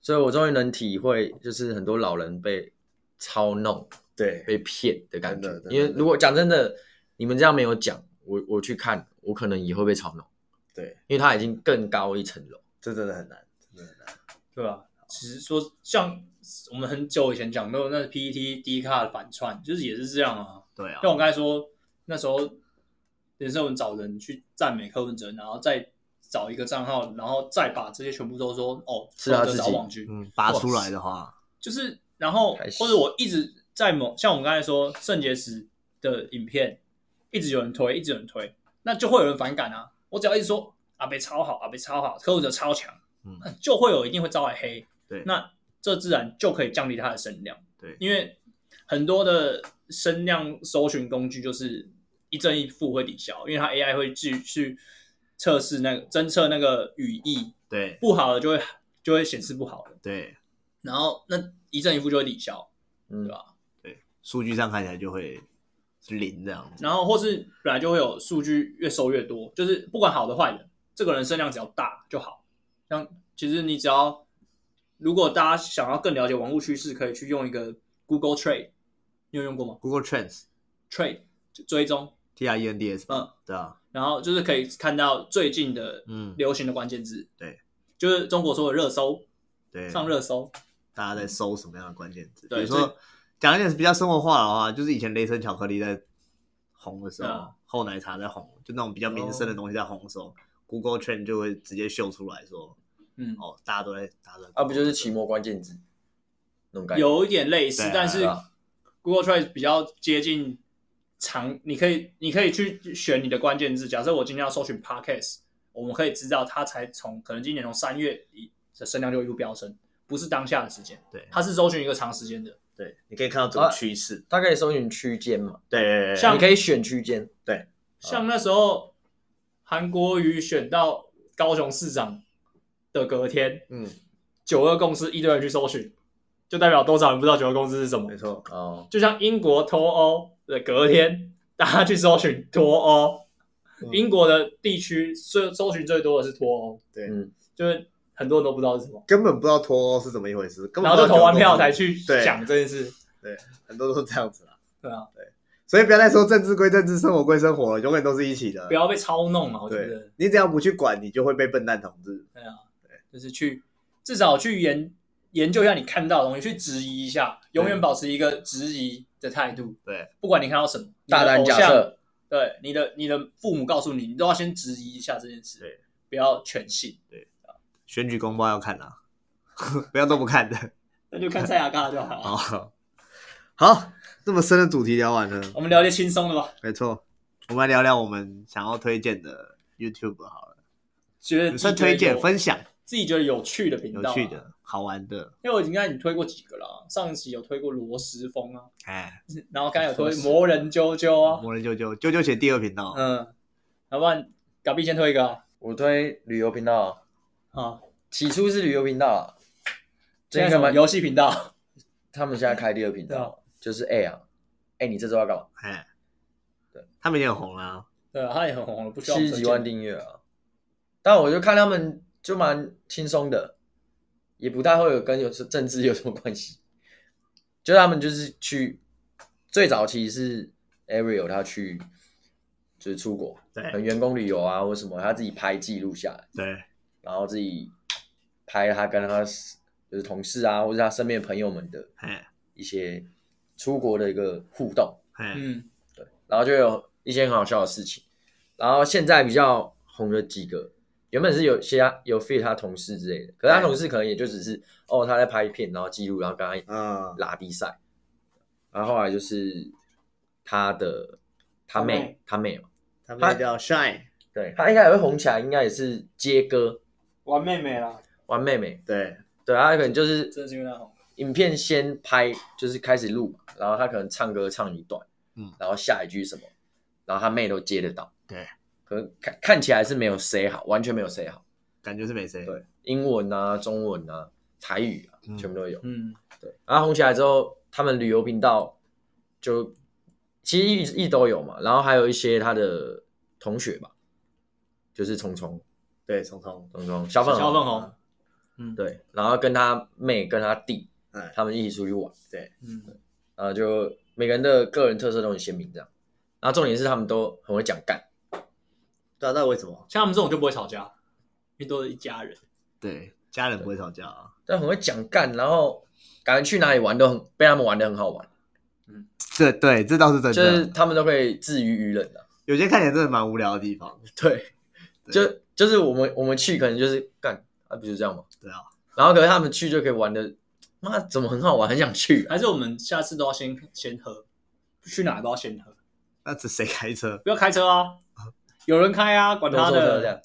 Speaker 4: 所以我终于能体会，就是很多老人被操弄、
Speaker 2: 对，
Speaker 4: 被骗的感觉
Speaker 2: 真的真。的
Speaker 4: 因为如果讲真的，你们这样没有讲，我我去看，我可能也会被操弄。
Speaker 2: 对，
Speaker 4: 因为他已经更高一层楼。
Speaker 2: 这真的很难，真的很难。
Speaker 3: 对吧？只是说像我们很久以前讲到那 PET D 卡的反串，就是也是这样啊。
Speaker 2: 对啊，
Speaker 3: 像我刚才说，那时候连胜文找人去赞美柯文哲，然后再找一个账号，然后再把这些全部都说哦，
Speaker 4: 是他
Speaker 3: 柯文
Speaker 4: 自
Speaker 3: 哲
Speaker 4: 己
Speaker 3: 找网军，
Speaker 2: 嗯，拔出来的话，
Speaker 3: 就是然后
Speaker 4: 开始
Speaker 3: 或者我一直在某像我们刚才说肾结石的影片，一直有人推，一直有人推，那就会有人反感啊。我只要一直说阿北超好，阿北超好，柯文哲超强，
Speaker 2: 嗯，
Speaker 3: 就会有一定会招来黑。
Speaker 2: 对
Speaker 3: 那这自然就可以降低它的声量。
Speaker 2: 对
Speaker 3: 因为很多的声量搜寻工具就是一正一负会抵消，因为它 AI 会去去测试那个侦测那个语义，
Speaker 2: 对
Speaker 3: 不好的就会就会显示不好的，
Speaker 2: 对，
Speaker 3: 然后那一正一负就会抵消，
Speaker 4: 嗯，
Speaker 3: 对吧
Speaker 2: 数据上看起来就会是零这样子。
Speaker 3: 然后或是本来就会有数据越收越多，就是不管好的坏的，这个人声量只要大就好。像其实你只要，如果大家想要更了解网络趋势，可以去用一个 Google Trade，你有用过吗
Speaker 2: Google Trends
Speaker 3: ？Trade 就追踪，
Speaker 2: T R E N D S，
Speaker 3: 嗯，
Speaker 2: 对啊，
Speaker 3: 然后就是可以看到最近的
Speaker 2: 嗯，
Speaker 3: 流行的关键字，
Speaker 2: 对，
Speaker 3: 就是中国说的热搜，
Speaker 2: 对，
Speaker 3: 上热搜，
Speaker 2: 大家在搜什么样的关键字？比
Speaker 3: 对
Speaker 2: 如
Speaker 3: 这
Speaker 2: 说讲一点比较生活化的话，就是以前雷神巧克力在红的时候
Speaker 3: 嗯，
Speaker 2: 厚奶茶在红，就那种比较民生的东西在红的时候，Google Trend 就会直接秀出来说，
Speaker 3: 嗯，
Speaker 2: 哦，大家都在，大家都在
Speaker 4: 啊，不就是奇摩关键字那种感觉？
Speaker 3: 有一点类似
Speaker 2: 对啊，
Speaker 3: 但是
Speaker 4: 对啊
Speaker 3: Google Trends 比较接近长，你可以你可以去选你的关键字。假设我今天要搜寻 podcast，我们可以知道它才从可能今年从三月一的声量就一路飙升，不是当下的时间，
Speaker 2: 对
Speaker 3: 它是搜寻一个长时间的。
Speaker 2: 对，你可以看到整个趋势。
Speaker 4: 它可以搜寻区间嘛？
Speaker 2: 对对对，
Speaker 3: 像
Speaker 4: 你可以选区间，
Speaker 3: 像那时候韩国瑜选到高雄市长的隔天，
Speaker 2: 嗯，
Speaker 3: 九二共识一堆人去搜寻，就代表多少人不知道九二共识是什么
Speaker 2: 没。错，
Speaker 4: 哦，
Speaker 3: 就像英国脱欧的隔天，大家去搜寻脱欧，
Speaker 4: 嗯
Speaker 3: 英国的地区搜搜寻最多的是脱欧，
Speaker 2: 对
Speaker 4: 嗯，
Speaker 3: 就是很多人都不知道是什么，
Speaker 2: 根本不知道脱欧是怎么一回事，根本
Speaker 3: 然后
Speaker 2: 不
Speaker 3: 就
Speaker 2: 知道
Speaker 3: 投完
Speaker 2: 九
Speaker 3: 票
Speaker 2: 二
Speaker 3: 才
Speaker 2: 共识，
Speaker 3: 去
Speaker 2: 对
Speaker 3: 想这件事。
Speaker 2: 很多都是这样子啦。
Speaker 3: 对啊，
Speaker 2: 所以不要再说政治归政治，生活归生活了，永远都是一起的。
Speaker 3: 不要被操弄嘛，我觉
Speaker 2: 对
Speaker 3: 得，，
Speaker 2: 你只要不去管，你就会被笨蛋统治。
Speaker 3: 对啊，就是去至少去研研究一下你看到的东西，去质疑一下，永远保持一个质疑的态度。
Speaker 2: 对，
Speaker 3: 不管你看到什么，你的
Speaker 4: 大胆
Speaker 3: 偶
Speaker 4: 假
Speaker 3: 像
Speaker 4: 设，
Speaker 3: 对你的你的父母告诉你，你都要先质疑一下这件事，
Speaker 2: 对，
Speaker 3: 不要全信，
Speaker 2: 选举公报要看啊， (laughs) 不要都不看的。
Speaker 3: 那就看塞牙嘎就好了。
Speaker 2: 哦好，好，这么深的主题聊完了，
Speaker 3: 我们聊些轻松的吧。
Speaker 2: 没错，我们来聊聊我们想要推荐的 YouTube 好了，
Speaker 3: 觉得
Speaker 2: 也
Speaker 3: 自
Speaker 2: 算
Speaker 3: 己觉得
Speaker 2: 推荐
Speaker 3: 有
Speaker 2: 分享
Speaker 3: 自己觉得有趣的频
Speaker 2: 有
Speaker 3: 道、啊
Speaker 2: 趣，的、好玩的，
Speaker 3: 因为我已经看你推过几个了啊，上一期有推过罗斯风啊，
Speaker 2: 哎，
Speaker 3: 然后刚才有
Speaker 4: 罗
Speaker 3: 推
Speaker 4: 斯
Speaker 3: 魔人啾啾啊，
Speaker 2: 魔人啾啾，啾啾写第二频道，
Speaker 3: 嗯，要不然隔壁先推一个啊
Speaker 4: 我推旅游频道啊，
Speaker 3: 啊，
Speaker 4: 起初是旅游频道啊，
Speaker 3: 现在
Speaker 4: 这个
Speaker 3: 什么
Speaker 4: 蛮
Speaker 3: 游戏频道？
Speaker 4: 他们现在开第二频道，就是 A 啊，哎，你这周要干嘛？
Speaker 2: 哎，
Speaker 4: 对，
Speaker 2: 他们也很红啦，
Speaker 3: 对啊，他也很红了，不需要我
Speaker 4: 七十
Speaker 3: 们推
Speaker 4: 几
Speaker 3: 荐
Speaker 4: 万订阅啊，但我就看他们就蛮轻松的，也不太会有跟有政治有什么关系，就他们就是去最早期是 Ariel 他去就是出国，
Speaker 2: 对
Speaker 4: 很员工旅游啊或什么，他自己拍记录下来，
Speaker 2: 对，
Speaker 4: 然后自己拍他跟他就是同事啊或者他身边的朋友们的
Speaker 2: 哎
Speaker 4: 一些出国的一个互动，
Speaker 2: 哎，
Speaker 3: 嗯，
Speaker 4: 然后就有一些很好笑的事情。然后现在比较红的几个，原本是有些他有 fit 他同事之类的，可是他同事可能也就只是哦他在拍片，然后记录，然后跟他
Speaker 2: 嗯，
Speaker 4: 拉比赛。然后后来就是他的他
Speaker 3: 妹
Speaker 4: 妹他妹嘛，
Speaker 2: 他们叫 Shine，
Speaker 4: 对他一开始会红起来，应该也是接歌
Speaker 3: 玩妹妹啦，
Speaker 4: 玩妹妹，
Speaker 2: 对，
Speaker 4: 对他可能就是
Speaker 3: 真的是因为他红。
Speaker 4: 影片先拍，就是开始录嘛，然后他可能唱歌唱一段，
Speaker 2: 嗯
Speaker 4: 然后下一句什么，然后他妹都接得到，
Speaker 2: 对，
Speaker 4: 可能看看起来是没有 say 好，完全没有 say 好，
Speaker 2: 感觉是美谁，
Speaker 4: 对，英文啊、中文啊、台语啊，
Speaker 2: 嗯
Speaker 4: 全部都有，
Speaker 3: 嗯，
Speaker 4: 对，然后红起来之后，他们旅游频道就其实一直一直都有嘛，然后还有一些他的同学吧，就是聪聪、
Speaker 2: 对，聪聪，
Speaker 4: 聪聪、小粉
Speaker 3: 嗯小粉红，
Speaker 4: 对，然后跟他妹、跟他弟，
Speaker 2: 哎，
Speaker 4: 他们一起出去玩。
Speaker 3: 嗯，
Speaker 4: 然后呃就每个人的个人特色都很鲜明这样。然后重点是他们都很会讲干，
Speaker 2: 不知道为什么，
Speaker 3: 像他们这种就不会吵架，因为都是一家人。
Speaker 2: 对，家人不会吵架啊，
Speaker 4: 但很会讲干，然后感觉去哪里玩都很被他们玩的很好玩，
Speaker 2: 这对，这倒是真
Speaker 4: 就是
Speaker 2: 的，
Speaker 4: 他们都可以自娱娱人啊的、
Speaker 2: 有些看起来真的蛮无聊的地方，
Speaker 4: 对，
Speaker 2: 对
Speaker 4: 就就是我们我们去可能就是干，啊不就这样吗？
Speaker 2: 对啊，
Speaker 4: 然后可是他们去就可以玩的，妈怎么很好玩，很想去、啊。
Speaker 3: 还是我们下次都要先先喝，去哪都要先喝，
Speaker 2: 那这谁开车
Speaker 3: 不要开车啊，有人开啊，管他
Speaker 4: 坐车这
Speaker 3: 的，
Speaker 4: 样，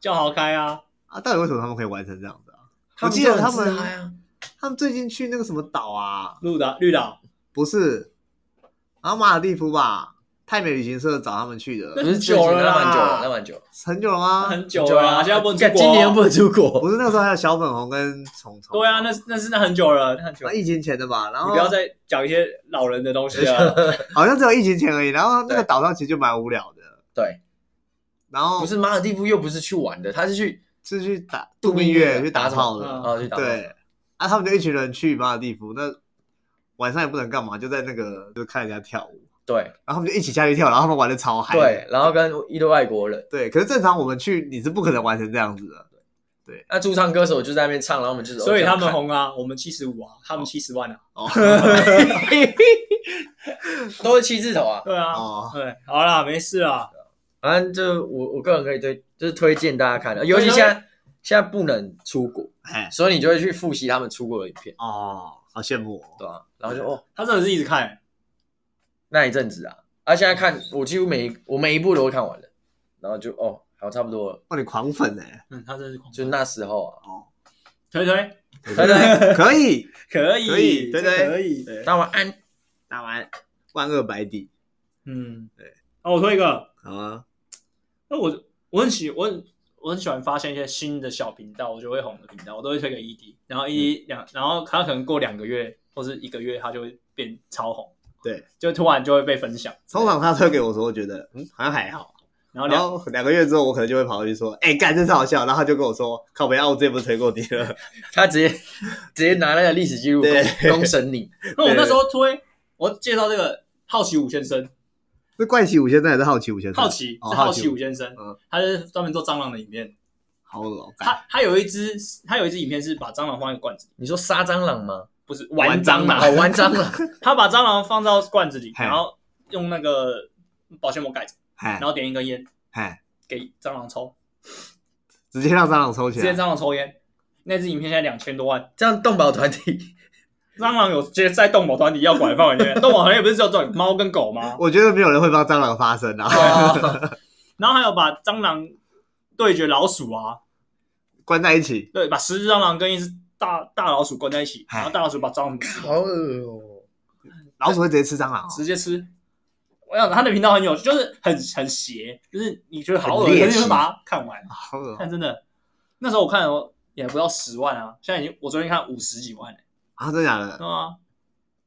Speaker 3: 叫豪开啊，
Speaker 2: 啊？到底为什么他们可以完成这样子啊？我
Speaker 4: 们
Speaker 2: 记得
Speaker 4: 就
Speaker 2: 他
Speaker 4: 很自
Speaker 2: 们
Speaker 4: 嗨啊，
Speaker 2: 他们最近去那个什么岛啊？
Speaker 3: 绿岛绿岛，
Speaker 2: 不是，啊马尔蒂夫吧？泰美旅行社找他们去
Speaker 4: 不
Speaker 2: 的，
Speaker 4: 是
Speaker 3: 很久了啦
Speaker 4: 那蛮久了，那蛮久了，
Speaker 2: 很久了吗？
Speaker 3: 很久了啊，现在不能出
Speaker 4: 干
Speaker 3: 国啊，
Speaker 4: 今年又不能出国，
Speaker 2: 不是那个时候还有小粉红跟虫虫。
Speaker 3: 对啊，那那是那很久了，那很久
Speaker 2: 啊
Speaker 3: 了，
Speaker 2: 疫情前的吧？然
Speaker 3: 你
Speaker 2: 后
Speaker 3: 不要再讲一些老人的东西了。
Speaker 2: 好像只有疫情前而已。然后那个
Speaker 4: 对
Speaker 2: 岛上其实就蛮无聊的，
Speaker 4: 对，
Speaker 2: 然后
Speaker 4: 不是马尔蒂夫又不是去玩的，他是去
Speaker 2: 是去打
Speaker 4: 度
Speaker 2: 度
Speaker 4: 蜜
Speaker 2: 蜜
Speaker 4: 月
Speaker 2: 月去
Speaker 4: 打
Speaker 2: 打
Speaker 4: 草
Speaker 2: 炮的。
Speaker 4: 啊去打炮
Speaker 2: 对，啊，他们就一群人去马尔蒂夫，那晚上也不能干嘛，就在那个就看人家跳舞，
Speaker 4: 对
Speaker 2: 然后他们就一起下去跳，然后他们玩的超嗨的。
Speaker 4: 对，然后跟一堆外国人，
Speaker 2: 对，可是正常我们去你是不可能完成这样子的。
Speaker 4: 那驻唱歌手就在那边唱，然后我们就是
Speaker 3: (laughs) 所以他们
Speaker 4: 哦
Speaker 3: 红啊，我们七十五啊，他们七十万啊，
Speaker 2: 哦
Speaker 4: 这样看都是七字头啊。
Speaker 3: 对啊，
Speaker 2: 哦，
Speaker 3: 对，好啦，没事啦，
Speaker 4: 反正就我我个人可以推，就是推荐大家看的，尤其现在现在不能出国，
Speaker 2: 哎
Speaker 4: 所以你就会去复习他们出国的影片，
Speaker 2: 哦，好羡慕哦。
Speaker 4: 对吧、然后就哦
Speaker 3: 他真的是一直看，欸
Speaker 4: 那一阵子啊，啊现在看我几乎每一我每一部都会看完了，然后就哦好差不多了，
Speaker 2: 哇，你狂粉哎、
Speaker 3: 嗯，他真的是狂
Speaker 4: 就那时候
Speaker 3: (laughs)
Speaker 4: 啊，
Speaker 3: 推推
Speaker 4: 对对，
Speaker 2: 可以
Speaker 3: 可以，
Speaker 2: 可以
Speaker 3: 这
Speaker 2: 推推
Speaker 3: 可以，
Speaker 4: 那晚安，
Speaker 2: 打完万恶百底，
Speaker 3: 嗯，对。哦，我推一个，
Speaker 2: 好啊，
Speaker 3: 那我我很喜我很我很喜欢发现一些新的小频道，我就会红的频道，我都会推给 ED，然后
Speaker 2: 嗯
Speaker 3: ED 两、然后他可能过两个月或是一个月，他就会变超红，
Speaker 2: 对，
Speaker 3: 就突然就会被分享，
Speaker 2: 通常他推给我的时候，我觉得嗯好像还好，
Speaker 3: 然后
Speaker 2: 然
Speaker 3: 两
Speaker 2: 后两个月之后，我可能就会跑过去说，哎、干真是好笑，然后他就跟我说，靠北啊，我之前不是推过你了， (laughs)
Speaker 4: 他直接直接拿那个历史记录
Speaker 2: 对
Speaker 4: 公公审你，
Speaker 3: 那我那时候推我介绍这个好奇五先生，
Speaker 2: 是怪奇五先生还是好奇五先生？
Speaker 3: 好奇
Speaker 2: 哦
Speaker 3: 是
Speaker 2: 好
Speaker 3: 好
Speaker 2: 奇
Speaker 3: 奇五先生，
Speaker 2: 嗯哎
Speaker 3: 他就是专门做蟑螂的影片，
Speaker 2: 好老干，
Speaker 3: 他他有一只他有一只影片是把蟑螂放在罐子里，
Speaker 4: 你说杀蟑螂吗？
Speaker 3: 不是
Speaker 2: 玩
Speaker 3: 玩蟑
Speaker 2: 蟑
Speaker 3: 螂
Speaker 2: 螂
Speaker 4: 哦，玩蟑螂，
Speaker 3: 他把蟑螂放到罐子里，
Speaker 2: 嘿
Speaker 3: 然后用那个保鲜膜盖着，
Speaker 2: 哎
Speaker 3: 然后点一根烟
Speaker 2: 哎，
Speaker 3: 给蟑螂抽，
Speaker 2: 直接让蟑螂抽起
Speaker 3: 直接
Speaker 2: 来，
Speaker 3: 蟑螂抽烟。那支影片现在两千多万，
Speaker 4: 这样动保团体
Speaker 3: 蟑螂有直接在动保团体要管的范围内， (laughs) 动保团体不是只有这猫跟狗吗？
Speaker 2: 我觉得没有人会帮蟑螂发声啊，
Speaker 4: 哦
Speaker 3: 然后还有把蟑螂对决老鼠啊，
Speaker 2: 关在一起，
Speaker 3: 对，把十只蟑螂跟一只大大老鼠关在一起，然后大老鼠把蟑螂吃
Speaker 4: 好恶哦。
Speaker 2: 老鼠会直接吃蟑螂哦，
Speaker 3: 直接吃。我想他的频道很有，就是很很邪，就是你觉得好恶
Speaker 2: 很
Speaker 3: 心，
Speaker 2: 猎
Speaker 3: 可是你
Speaker 2: 奇
Speaker 3: 会把它看完。
Speaker 2: 好恶哦
Speaker 3: 看真的，那时候我看了也不到十万啊，现在已经我昨天看五十几万了、
Speaker 2: 啊！真的假的？
Speaker 3: 对啊，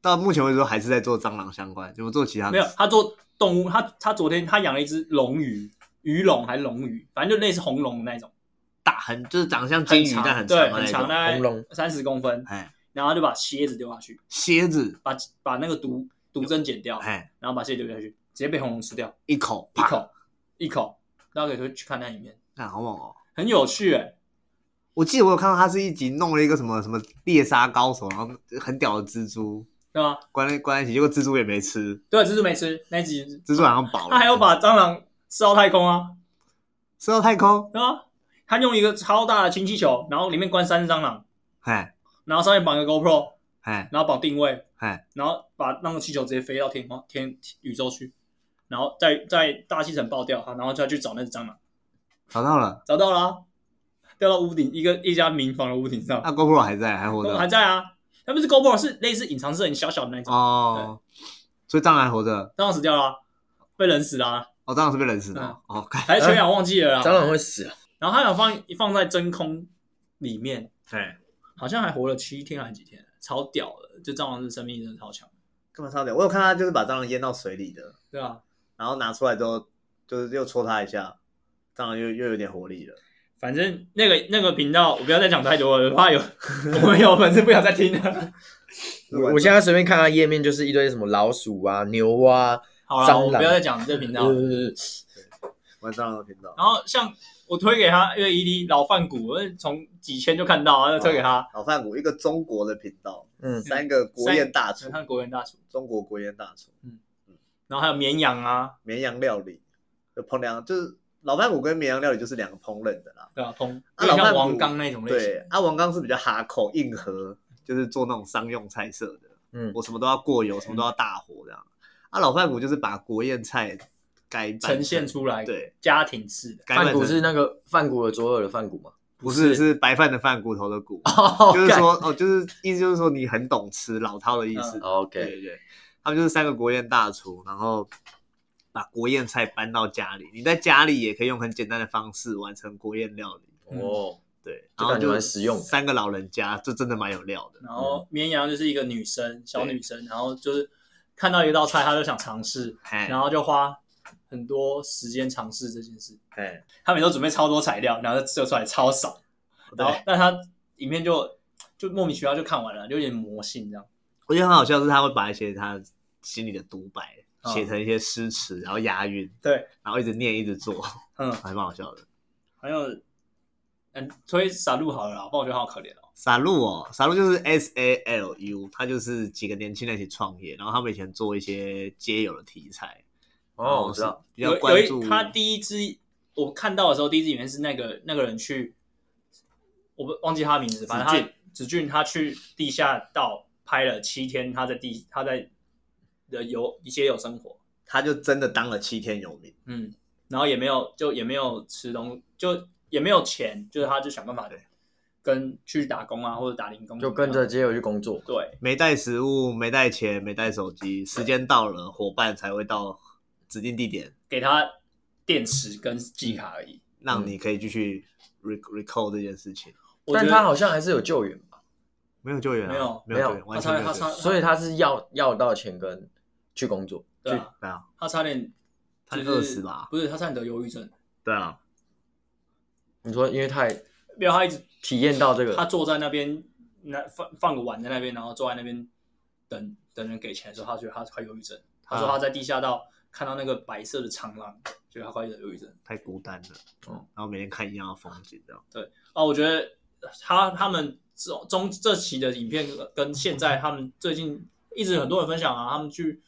Speaker 2: 到目前为止都还是在做蟑螂相关，有没有做其他的？
Speaker 3: 没有，他做动物，他他昨天他养了一只龙鱼，鱼龙还是龙鱼，反正就类似红龙的那种，
Speaker 2: 大很就是长得像
Speaker 3: 很
Speaker 2: 金鱼
Speaker 3: 长，
Speaker 2: 但很
Speaker 3: 对，
Speaker 2: 的
Speaker 3: 很
Speaker 2: 那
Speaker 3: 长，
Speaker 2: 种。
Speaker 3: 大概
Speaker 4: 红龙
Speaker 3: 三十公分，
Speaker 2: 哎，
Speaker 3: 然后就把蝎子丢下去，
Speaker 2: 蝎子，
Speaker 3: 把把那个毒毒针剪掉，
Speaker 2: 哎，
Speaker 3: 然后把蝎子丢下去，直接被红龙吃掉，
Speaker 2: 一口，
Speaker 3: 哦一
Speaker 2: 啪，
Speaker 3: 口一口，大家可以去看那里面，
Speaker 2: 看好猛哦！
Speaker 3: 很有趣哎、
Speaker 2: 我记得我有看到他是一集弄了一个什么什么猎杀高手，然后很屌的蜘蛛
Speaker 3: 对吗？
Speaker 2: 关在关在一起，结果蜘蛛也没吃，
Speaker 3: 对，蜘蛛没吃那一集，
Speaker 2: 蜘蛛好像饱了。
Speaker 3: (laughs) 他还要把蟑螂吃到太空啊，
Speaker 2: 射到太空，
Speaker 3: 对啊，他用一个超大的氢气球，然后里面关三只蟑螂，
Speaker 2: 哎
Speaker 3: 然后上面绑一个 GoPro，
Speaker 2: 哎
Speaker 3: 然后绑定位，
Speaker 2: 哎，
Speaker 3: 然后把那个气球直接飞到天空天宇宙去，然后再在大气层爆掉它，然后就要去找那只蟑螂，
Speaker 2: 找到了，
Speaker 3: 找到了啊、掉到屋顶一个一家民房的屋顶
Speaker 4: 啊
Speaker 3: 上，
Speaker 2: 那 GoPro 还在，还活
Speaker 3: 还
Speaker 2: 着
Speaker 3: 在啊，它不是 GoPro，是类似隐藏式很小小的那种，
Speaker 4: 啊
Speaker 2: 哦，所以蟑螂还活着，
Speaker 3: 蟑螂死掉了啊、被冷死了啊、
Speaker 2: 哦，蟑螂是被冷死的哦，哦，看，
Speaker 3: 还是缺氧忘记了啦。
Speaker 4: 啊蟑螂会死啊！
Speaker 3: 然后他想放放在真空里面，
Speaker 2: 哎，
Speaker 3: 好像还活了七天还是几天，超屌的，就蟑螂是生命力真的超强，
Speaker 2: 干嘛超屌？我有看他就是把蟑螂淹到水里的，
Speaker 3: 对啊，
Speaker 2: 然后拿出来之后，就是又戳它一下，蟑螂又又有点活力了。
Speaker 3: 反正那个那个频道，我不要再讲太多了，怕有 (laughs) 我们有粉丝不想再听了。
Speaker 4: 我我现在随便看它页面就是一堆什么老鼠啊、牛啊，
Speaker 3: 好了，
Speaker 4: 蟑螂
Speaker 3: 我不要再讲这个频道了。
Speaker 4: 呃
Speaker 2: 玩蟑螂的频道，
Speaker 3: 然后像我推给他，因为 ED 老饭骨，我从几千就看到啊，就推给他。
Speaker 2: 老饭骨一个中国的频道，
Speaker 4: 嗯，
Speaker 2: 三个国宴大厨
Speaker 3: 你，看国人大厨，
Speaker 2: 中国国宴大厨，
Speaker 3: 然后还有绵羊啊，
Speaker 2: 绵羊料理，就烹凉，就是老饭骨跟绵羊料理就是两个烹饪的啦。
Speaker 3: 对吧、啊？通
Speaker 2: 啊
Speaker 3: 有点
Speaker 2: 老饭
Speaker 3: 像
Speaker 2: 骨
Speaker 3: 王刚那种类型
Speaker 2: 对，，阿王刚是比较哈口硬核，就是做那种商用菜色的，
Speaker 4: 嗯
Speaker 2: 我什么都要过油，什么都要大火这样。啊，老饭骨就是把国宴菜改版成
Speaker 3: 呈现，出来，
Speaker 2: 对，
Speaker 3: 家庭式的，
Speaker 2: 改版
Speaker 4: 饭骨
Speaker 2: 成
Speaker 4: 是那个饭骨的左耳的饭骨吗？
Speaker 2: 不是是白饭的饭骨头的骨，
Speaker 4: 哦
Speaker 2: 就是说哦，就是意思就是说你很懂吃，老饕的意思。对
Speaker 4: 嗯哦，OK，
Speaker 2: 对对，他们就是三个国宴大厨，然后把国宴菜搬到家里，你在家里也可以用很简单的方式完成国宴料理。
Speaker 3: 嗯
Speaker 4: 哦，
Speaker 2: 对，
Speaker 4: 就
Speaker 2: 然后
Speaker 4: 感觉蛮实用的
Speaker 2: 三个老人家，这真的蛮有料的。
Speaker 3: 然后绵羊就是一个女生，小女
Speaker 2: 嗯
Speaker 3: 生，然后就是看到一道菜，她就想尝试，
Speaker 2: 哎
Speaker 3: 然后就花很多时间尝试这件事。
Speaker 2: 哎，
Speaker 3: 他每周准备超多材料，然后做出来超少，
Speaker 2: 对
Speaker 3: 然后但他影片就就莫名其妙就看完了，就有点魔性这样。
Speaker 2: 我觉得很好笑是他会把一些他心里的独白
Speaker 3: 嗯
Speaker 2: 写成一些诗词，然后押韵，
Speaker 3: 对，
Speaker 2: 然后一直念一直做，
Speaker 3: (laughs) 嗯，
Speaker 2: 还蛮好笑的。
Speaker 3: 还有嗯推傻路好了啦，不然我觉得好可怜哦。
Speaker 2: 傻路哦，傻路就是 S A L U，他就是几个年轻人一起创业，然后他们以前做一些街友的题材，
Speaker 4: 哦，我知道，，
Speaker 2: 比较
Speaker 3: 有
Speaker 2: 关
Speaker 3: 有
Speaker 2: 注
Speaker 3: 一他第一支我看到的时候，第一支影片是那个那个人去，我不忘记他的名字，反正
Speaker 2: 子
Speaker 3: 他
Speaker 2: 俊
Speaker 3: 子俊他去地下道拍了七天，他在地他在的有一些有生活，
Speaker 2: 他就真的当了七天游民，
Speaker 3: 嗯，然后也没有就也没有吃东，就也没有钱，就是他就想办法跟去打工啊，或者打零工，
Speaker 4: 就跟着街友去工作，
Speaker 3: 对
Speaker 2: 没带食物，没带钱，没带手机，时间到了，伙伴才会到指定地点，
Speaker 3: 给他电池跟季卡而
Speaker 4: 嗯
Speaker 3: 已。
Speaker 2: 让你可以继续 re recall 这件事情。
Speaker 3: 我觉
Speaker 4: 但
Speaker 3: 得
Speaker 4: 他好像还是有救援吧，
Speaker 2: 没有救援、啊，
Speaker 3: 没有
Speaker 2: 没有救
Speaker 4: 没
Speaker 2: 援，
Speaker 4: 有
Speaker 2: 完全没有
Speaker 3: 他
Speaker 2: 救
Speaker 3: 他
Speaker 2: 援。
Speaker 3: 他
Speaker 4: 所以他是要要到钱跟去工作，
Speaker 3: 对啊，
Speaker 2: 对啊，
Speaker 3: 他差点
Speaker 2: 他
Speaker 3: 就是
Speaker 2: 饿死吧？
Speaker 3: 不是他差点得忧郁症，
Speaker 2: 对啊，
Speaker 4: 你说因为太
Speaker 3: 没有他一直
Speaker 4: 体验到这
Speaker 3: 他
Speaker 4: 个，
Speaker 3: 坐在那边那放放个碗在那边，然后坐在那边等等人给钱的时候，他觉得他快忧郁症。他说
Speaker 2: 啊
Speaker 3: 他在地下道看到那个白色的长廊，觉得他快得忧郁症。
Speaker 2: 太孤单了。哦
Speaker 4: 嗯
Speaker 2: 然后每天看一样的风景，这样。
Speaker 3: 哦，我觉得他他们中中这期的影片跟现在他们最近一直很多人分享啊，他们去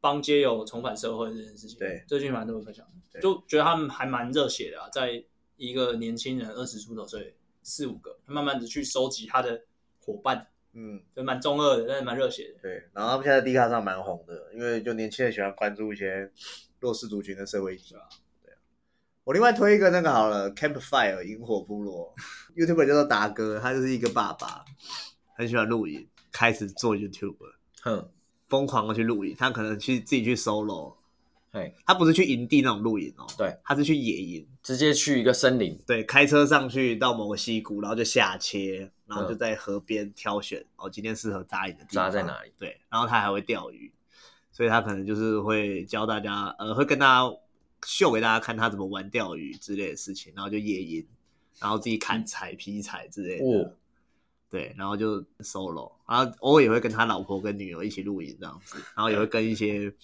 Speaker 3: 帮街友重返社会这件事情，
Speaker 2: 对，
Speaker 3: 最近蛮多人分享的，
Speaker 2: 对
Speaker 3: 就觉得他们还蛮热血的啊，在一个年轻人二十出头岁四五个，慢慢的去收集他的伙伴，
Speaker 2: 嗯，
Speaker 3: 就蛮中二的，但是蛮热血的。
Speaker 2: 对。然后他们现在 D 卡上蛮红的，因为就年轻人喜欢关注一些弱势族群的社会议题。对啊。我另外推一个那个好了，Campfire 萤火部落 (laughs) ，YouTube 叫做达哥，他就是一个爸爸，很喜欢露营，开始做 YouTube，
Speaker 4: 哼，
Speaker 2: 疯狂的去露营。他可能去自己去 solo，
Speaker 4: 嘿，
Speaker 2: 他不是去营地那种露营哦，
Speaker 4: 对，
Speaker 2: 他是去野营，
Speaker 4: 直接去一个森林，
Speaker 2: 对，开车上去到某个溪谷，然后就下切，然后就
Speaker 4: 嗯
Speaker 2: 在河边挑选、哦，今天适合扎营的地方
Speaker 4: 扎在哪里？
Speaker 2: 对，然后他还会钓鱼，所以他可能就是会教大家，呃，会跟大家秀给大家看他怎么玩钓鱼之类的事情，然后就野营，然后自己砍柴、劈柴之类的，
Speaker 4: 嗯哦
Speaker 2: 对，然后就 solo，然后偶尔也会跟他老婆跟女儿一起露营这样子，然后也会跟一些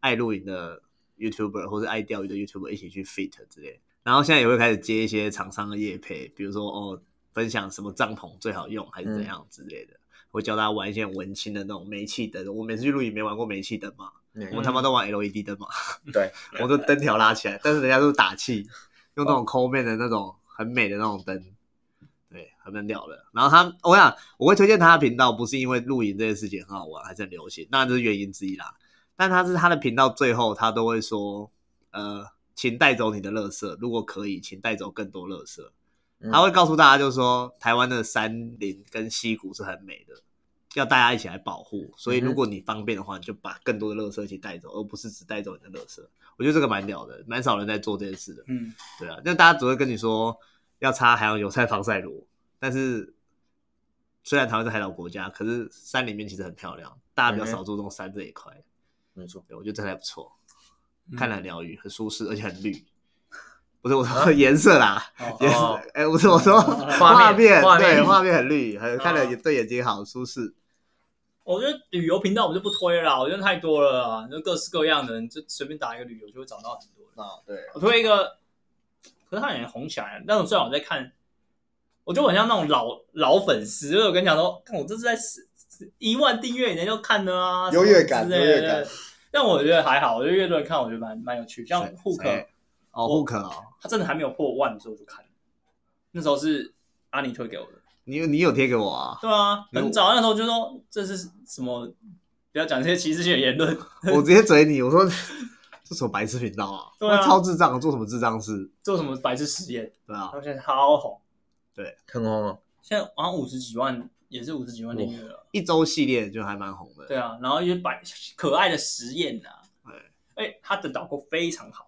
Speaker 2: 爱露营的 YouTuber 或者爱钓鱼的 YouTuber 一起去 fit 之类的。然后现在也会开始接一些厂商的业配，比如说哦，分享什么帐篷最好用还是怎样之类的，会教大家玩一些很文青的那种煤气灯。我每次去露营没玩过煤气灯嘛，我们他妈都玩 LED 灯嘛，
Speaker 4: 嗯对，
Speaker 2: (laughs) 我都灯条拉起来，但是人家都是打气，用那种抠面的那种很美的那种灯，对，很能聊的。然后他，我想我会推荐他的频道，不是因为露营这件事情很好玩，还是很流行，那这是原因之一啦。但他是他的频道最后他都会说，呃，请带走你的垃圾，如果可以，请带走更多垃圾。
Speaker 4: 嗯
Speaker 2: 他会告诉大家，就是说台湾的山林跟溪谷是很美的，要大家一起来保护。所以如果你方便的话，你就把更多的垃圾一起带走，而不是只带走你的垃圾。我觉得这个蛮屌的，蛮少人在做这件事的。
Speaker 3: 嗯，
Speaker 2: 对啊，那大家只会跟你说要擦海洋油菜防晒乳，但是虽然台湾是海岛国家，可是山里面其实很漂亮，大家比较少注重山这一块。
Speaker 4: 没错，
Speaker 2: 对，我觉得这还不错，
Speaker 3: 嗯
Speaker 2: 看了很疗愈，很舒适，而且很绿。不是我说 (laughs) 颜色啦，(laughs)
Speaker 3: 啊哦
Speaker 2: 颜色，哎，不是我说 (laughs)
Speaker 4: 画面
Speaker 2: 面，
Speaker 4: 画面
Speaker 2: 对，画面很绿，很看了
Speaker 3: 哦
Speaker 2: 也对眼睛好舒适。
Speaker 3: 我觉得旅游频道我们就不推了啦，我觉得太多了啦，就各式各样的，你就随便打一个旅游就会找到很多的。
Speaker 2: 啊，对，
Speaker 3: 我推一个，可是他也红起来了，那种虽然我在看，我就很像那种老老粉丝，因为我跟你讲说，看我这是在十十一万订阅以前就看的啊，
Speaker 2: 优越感
Speaker 3: 什么之类的
Speaker 2: 优越感。
Speaker 3: 但我觉得还好，我觉得越多人看，我觉得蛮蛮有趣。像
Speaker 2: 谁
Speaker 3: 户口，
Speaker 2: 谁哦，户可哦，
Speaker 3: 他真的还没有破万的时候我就看了，那时候是阿尼推给我的。
Speaker 2: 你有你有贴给我啊？
Speaker 3: 对啊，
Speaker 2: 那我
Speaker 3: 很早那时候就说这是什么，不要讲这些歧视性的言论。
Speaker 2: 我直接怼你，我说 (laughs) 这什么白痴频道啊？
Speaker 3: 对啊
Speaker 2: 超智障，做什么智障事？
Speaker 3: 做什么白痴实验，
Speaker 2: 对啊
Speaker 3: 他，们现在超红，
Speaker 4: 很红哦，
Speaker 3: 现在好像五十几万，也是五十几万订阅了。
Speaker 2: 一周系列就还蛮红的。
Speaker 3: 对啊，然后一些白可爱的实验呐、
Speaker 2: 对
Speaker 3: 哎、他的导购非常好，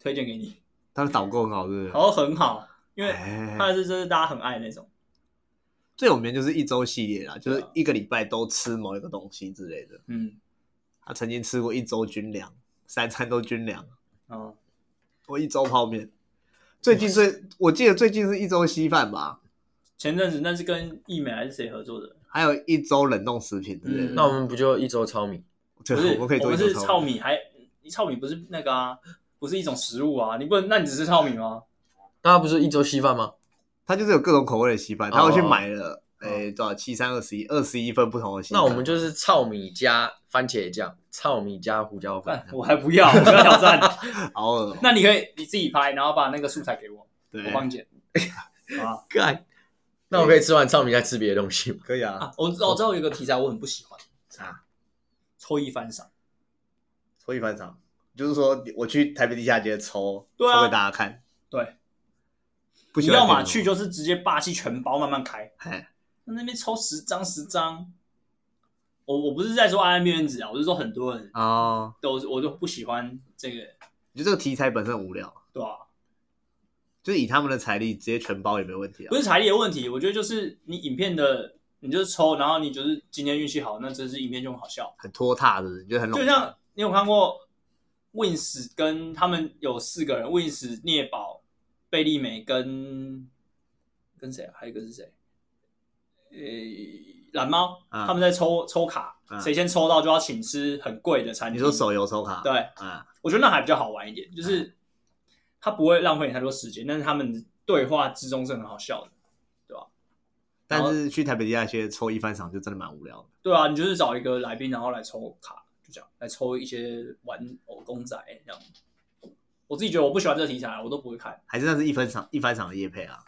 Speaker 3: 推荐给你，
Speaker 2: 他的导购很好，是不是
Speaker 3: 然？后很好，因为
Speaker 2: 哎
Speaker 3: 他是真是大家很爱的那种。
Speaker 2: 最有名就是一周系列啦，就
Speaker 3: 对啊
Speaker 2: 是一个礼拜都吃某一个东西之类的。
Speaker 3: 嗯，
Speaker 2: 他曾经吃过一周军粮，三餐都军粮，
Speaker 3: 哦，
Speaker 2: 我一周泡面。最近最我记得最近是一周稀饭吧，
Speaker 3: 前阵子那是跟易美还是谁合作的？
Speaker 2: 还有一周冷冻食品之类的。
Speaker 3: 嗯
Speaker 4: 那我们不就一周糙米？
Speaker 2: 对，
Speaker 3: 不是，
Speaker 2: 我们可以做一
Speaker 3: 是
Speaker 2: 周
Speaker 3: 糙
Speaker 2: 炒。
Speaker 3: 米，还糙米不是那个啊，不是一种食物啊，你不能，那你只吃糙米吗？
Speaker 4: 那不是一周稀饭吗？
Speaker 2: 他就是有各种口味的稀饭，他会去买了，
Speaker 4: 哦
Speaker 2: 哎，多少七三二十一，二十一份不同的稀饭。
Speaker 4: 那我们就是糙米加番茄酱，糙米加胡椒粉
Speaker 3: 干，，我还不要，我不要挑战。 (laughs)
Speaker 2: 好恶哦
Speaker 3: 那你可以你自己拍，然后把那个素材给我，我
Speaker 2: 对，
Speaker 3: 帮你剪。啊
Speaker 4: 干。那我可以吃完糙米再吃别的东西吗？
Speaker 2: 可以啊。
Speaker 3: 啊！我知道我知道有一个题材我很不喜欢，
Speaker 2: 啥？
Speaker 3: 抽一番赏。
Speaker 2: 抽一番赏，就是说我去台北地下街抽，
Speaker 3: 对啊
Speaker 2: 抽给大家看。
Speaker 3: 对，
Speaker 2: 不
Speaker 3: 你
Speaker 2: 喜欢
Speaker 3: 要嘛
Speaker 2: 点什
Speaker 3: 去就是直接霸气全包慢慢开，
Speaker 2: 哎，
Speaker 3: 那边抽十张十张。我我不是在说安安面面子啊，我是说很多人
Speaker 2: 哦，
Speaker 3: 都我就不喜欢这个，
Speaker 2: 我觉得这个题材本身很无聊，
Speaker 3: 对吧、
Speaker 2: 就是以他们的财力直接全包也没问题啊
Speaker 3: 不。是财力的问题，我觉得就是你影片的，你就是抽，然后你就是今天运气好，那这支影片就很好笑。
Speaker 2: 很拖沓的，就很冗
Speaker 3: 就像你有看过 Wins 跟他们有四个人，Wins、聂宝、贝利美跟跟谁、啊？还有一个是谁？呃、懒猫，
Speaker 2: 啊
Speaker 3: 他们在抽抽卡，
Speaker 2: 啊
Speaker 3: 谁先抽到就要请吃很贵的餐厅。
Speaker 2: 你说手游抽卡，
Speaker 3: 对，
Speaker 2: 啊，
Speaker 3: 我觉得那还比较好玩一点，就是他不会浪费你太多时间，但是他们对话之中是很好笑的。然
Speaker 2: 但
Speaker 3: 后
Speaker 2: 是去台北地下街抽一番赏就真的蛮无聊的。
Speaker 3: 对啊，你就是找一个来宾，然后来抽卡，就这样，来抽一些玩偶公仔这样。我自己觉得我不喜欢这个题材，我都不会看。
Speaker 2: 还是那是一分赏一番赏的夜配啊，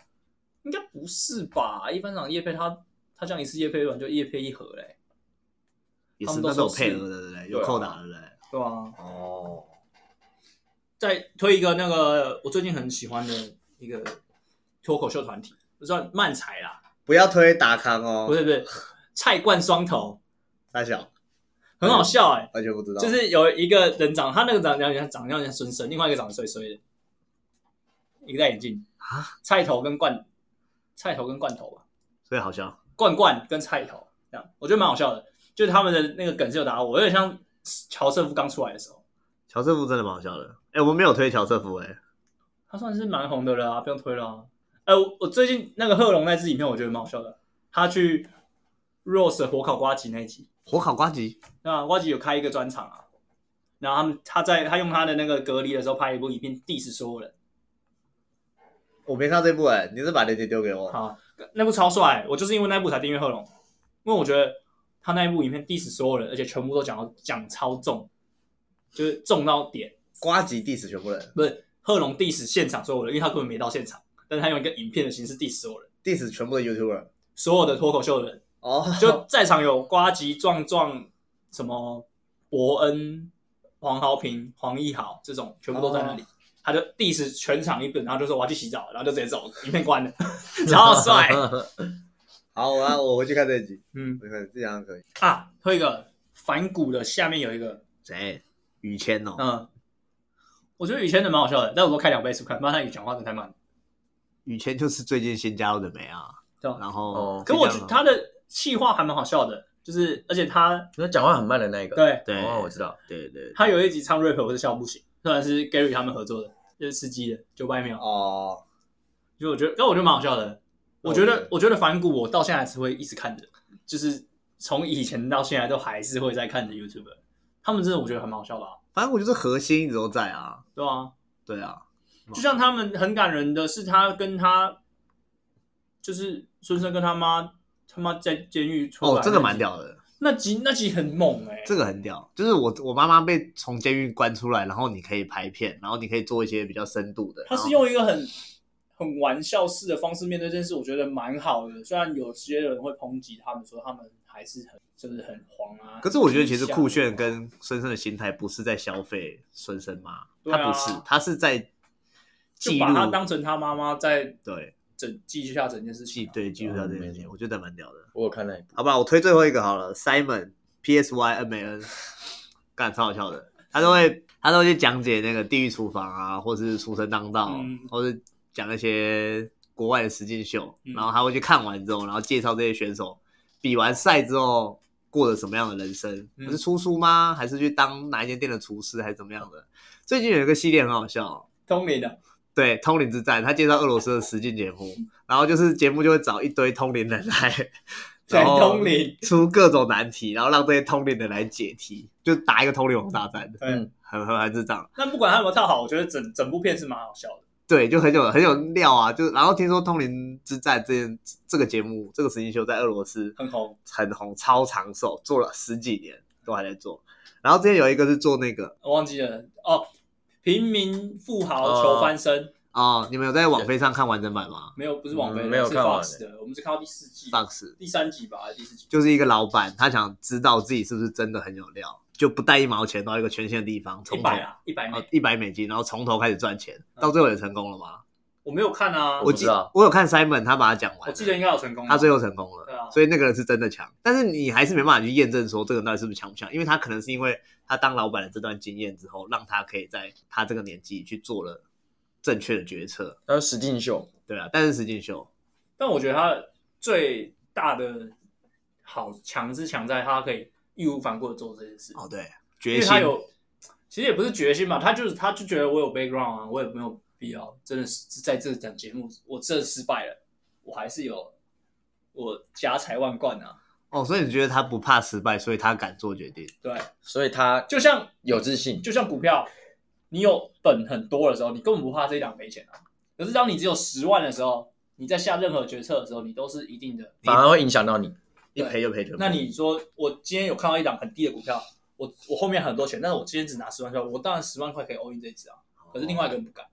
Speaker 3: 应该不是吧？一般场夜配他他他这样一次夜配完就夜配一盒嘞、
Speaker 2: 也
Speaker 3: 他
Speaker 2: 是
Speaker 3: 们
Speaker 2: 那种
Speaker 3: 都说
Speaker 2: 配
Speaker 3: 是
Speaker 2: 额的，对不对？
Speaker 4: 对
Speaker 2: 有
Speaker 4: 啊
Speaker 2: 扣打的，对不对？
Speaker 3: 对啊，
Speaker 4: (laughs)
Speaker 1: 哦，
Speaker 3: 再推一个那个我最近很喜欢的一个脱口秀团体，不算漫才啦，
Speaker 2: 不要推达康哦，
Speaker 3: 不是不是，菜冠双头，
Speaker 2: 大小，
Speaker 3: 很好笑哎、
Speaker 2: 完全不知道，
Speaker 3: 就是有一个人长，他那个长得像长得像孙生，另外一个长得衰衰的，一个戴眼镜
Speaker 2: 啊，
Speaker 3: 菜头跟罐，菜头跟罐头吧，
Speaker 2: 所以好笑。
Speaker 3: 罐罐跟菜头这样，我觉得蛮好笑的，就是他们的那个梗是有打我，有点像乔瑟夫刚出来的时候，
Speaker 2: 乔瑟夫真的蛮好笑的，哎，我们没有推乔瑟夫，哎，
Speaker 3: 他算是蛮红的了啊，不用推了、啊。哎、我我最近那个贺龙那支影片，我觉得蛮好笑的。他去 Rose 火烤瓜吉那一集，
Speaker 2: 火烤瓜吉，
Speaker 3: 那瓜吉有开一个专场啊，然后他们他在他用他的那个隔离的时候拍一部影片，diss 所有人。
Speaker 2: 我没看到这部，哎，你是把链接丢给我，
Speaker 3: 好，那部超帅，我就是因为那部才订阅贺龙，因为我觉得他那一部影片 diss 所有人，而且全部都讲到讲超重，就是重到点。
Speaker 2: 瓜吉 diss 全部人
Speaker 3: 不是贺龙 diss 现场所有人，因为他根本没到现场，但是他用一个影片的形式 diss 所有人，
Speaker 2: ，diss 全部的 YouTuber，
Speaker 3: 所有的脱口秀的人。
Speaker 2: 哦，
Speaker 3: 就在场有瓜吉、壮壮、什么伯恩、黄豪平、黄义豪这种，全部都在那里。他就 diss 全场一顿，然后就说我要去洗澡，然后就直接走，影片关了， (laughs)
Speaker 4: (laughs)
Speaker 3: 超帅。
Speaker 2: 好，我要我回去看这一集，
Speaker 3: 嗯
Speaker 2: 我看这样可以，
Speaker 3: 啊，推一个反骨的，下面有一个，
Speaker 2: 谁？于谦哦，
Speaker 3: 嗯，我觉得雨谦的蛮好笑的，但我都开两倍速看，不然他语讲话真的太慢了，
Speaker 2: 于谦就是最近新加入的梅啊，
Speaker 3: 对吧？
Speaker 2: 然后
Speaker 4: 哦
Speaker 3: 可我觉
Speaker 2: 这样啊
Speaker 3: 得他的气话还蛮好笑的，就是而且他
Speaker 4: 那讲话很慢的那一个。
Speaker 3: 对
Speaker 2: 对，
Speaker 4: 哦，我知道。
Speaker 2: 对对，
Speaker 3: 他有一集唱 rap 我是笑不行，虽然是 Gary 他们合作的，就是吃鸡的九百秒。
Speaker 2: 哦，
Speaker 3: 就我觉得，但我觉得蛮好笑的。我觉
Speaker 2: OK
Speaker 3: 得，我觉得反骨我到现在还是会一直看的，就是从以前到现在都还是会在看的 YouTube。他们真的我觉得很好笑的、啊，
Speaker 2: 反正我就是核心一直都在啊，
Speaker 3: 对啊，
Speaker 2: 对啊，
Speaker 3: 就像他们很感人的是，他跟他就是孙生跟他妈他妈在监狱出来那
Speaker 2: 哦，
Speaker 3: 集，
Speaker 2: 这个蛮屌的，
Speaker 3: 那集那集很猛哎、
Speaker 2: 这个很屌，就是我我妈妈被从监狱关出来，然后你可以拍片，然后你可以做一些比较深度的。
Speaker 3: 他
Speaker 2: 然后
Speaker 3: 是用一个很很玩笑式的方式面对这件事，我觉得蛮好的。虽然有些人会抨击他们说他们还是很就是很黄啊，
Speaker 2: 可是我觉得其实
Speaker 3: 很
Speaker 2: 酷
Speaker 3: 下
Speaker 2: 炫
Speaker 3: 流啊
Speaker 2: 跟孙生的心态不是在消费孙生妈，
Speaker 3: 对啊
Speaker 2: 他不是，他是在
Speaker 3: 就
Speaker 2: 记
Speaker 3: 把他
Speaker 2: 录，
Speaker 3: 当成他妈妈在
Speaker 2: 对
Speaker 3: 整记下整件事
Speaker 2: 记
Speaker 3: 情、啊。
Speaker 2: 对记录到这件事
Speaker 4: 没
Speaker 2: 情，我觉得蛮屌的。
Speaker 4: 我有看那一部。
Speaker 2: 好吧，我推最后一个好了，Simon P S Y M A N，干超好笑的，他都会他都会去讲解那个地狱厨房啊，或是厨神当道，
Speaker 3: 嗯
Speaker 2: 或是讲一些国外的实境秀，
Speaker 3: 嗯
Speaker 2: 然后他会去看完之后，然后介绍这些选手比完赛之后过了什么样的人生，
Speaker 3: 嗯
Speaker 2: 是出书吗？还是去当哪一间店的厨师，还是怎么样的？最近有一个系列很好笑、
Speaker 3: 通灵的，
Speaker 2: 对，通灵之战，他介绍俄罗斯的实境节目，然后就是节目就会找一堆通灵人来，
Speaker 3: (laughs) 对
Speaker 2: 然后
Speaker 3: 通灵
Speaker 2: 出各种难题，然后让这些通灵人来解题，就打一个通灵王大战，
Speaker 3: 对。
Speaker 4: 嗯
Speaker 2: 很很很智障。
Speaker 3: 那不管他有没有套好，我觉得整整部片是蛮好笑的。
Speaker 2: 对，就很有很有料啊！就然后听说通灵之战这件这个节目，这个实境秀在俄罗斯
Speaker 3: 很红，
Speaker 2: 很红，超长寿，做了十几年都还在做。然后之前有一个是做那个
Speaker 3: 我忘记了哦。平民富豪求翻身，
Speaker 2: 哦，你们有在网飞上看完整版吗
Speaker 3: 没有不是网飞的、
Speaker 4: 嗯没有
Speaker 3: 是
Speaker 4: 看完
Speaker 3: Fox 的，我们是看到第四季、
Speaker 2: ？Fox
Speaker 3: 第三集吧，还是第四集？
Speaker 2: 就是一个老板，他想知道自己是不是真的很有料，就不带一毛钱到一个全新的地方，从
Speaker 3: 一
Speaker 2: 头
Speaker 3: 百啊，一百美
Speaker 2: 啊，一百美金，然后从头开始赚钱，到最后也成功了吗？
Speaker 3: 我没有看
Speaker 4: 我
Speaker 3: 啊，我
Speaker 4: 不
Speaker 2: 记
Speaker 4: 知道
Speaker 2: 我有看 Simon，他把它讲完了，
Speaker 3: 记得应该有成功。
Speaker 2: 他最后成功了，
Speaker 3: 对啊
Speaker 2: 所以那个人是真的强，但是你还是没办法去验证说这个人到底是不是强不强，因为他可能是因为他当老板的这段经验之后，让他可以在他这个年纪去做了正确的决策，
Speaker 4: 他是史进秀，
Speaker 2: 对啊，但是石进秀，
Speaker 3: 但我觉得他最大的好强是强在他可以义无反顾的做这件事。
Speaker 2: 哦对，
Speaker 3: 因
Speaker 2: 决
Speaker 3: 为
Speaker 2: 心
Speaker 3: 他有，其实也不是决心吧，他就是他就觉得我有 background 啊，我也没有必要，真的是在这档节目我这失败了，我还是有我家财万贯啊，
Speaker 2: 哦，所以你觉得他不怕失败，所以他敢做决定，
Speaker 3: 对，
Speaker 4: 所以他
Speaker 3: 就像
Speaker 4: 有自信。
Speaker 3: 就像股票，你有本很多的时候，你根本不怕这一档赔钱啊，可是当你只有十万的时候，你在下任何决策的时候，你都是一定的。
Speaker 4: 反而会影响到你，
Speaker 2: 一赔就赔全部，
Speaker 3: 那你说我今天有看到一档很低的股票，我我后面很多钱，但是我今天只拿十万块，我当然十万块可以 all in 这一只啊。可是另外一个人不敢。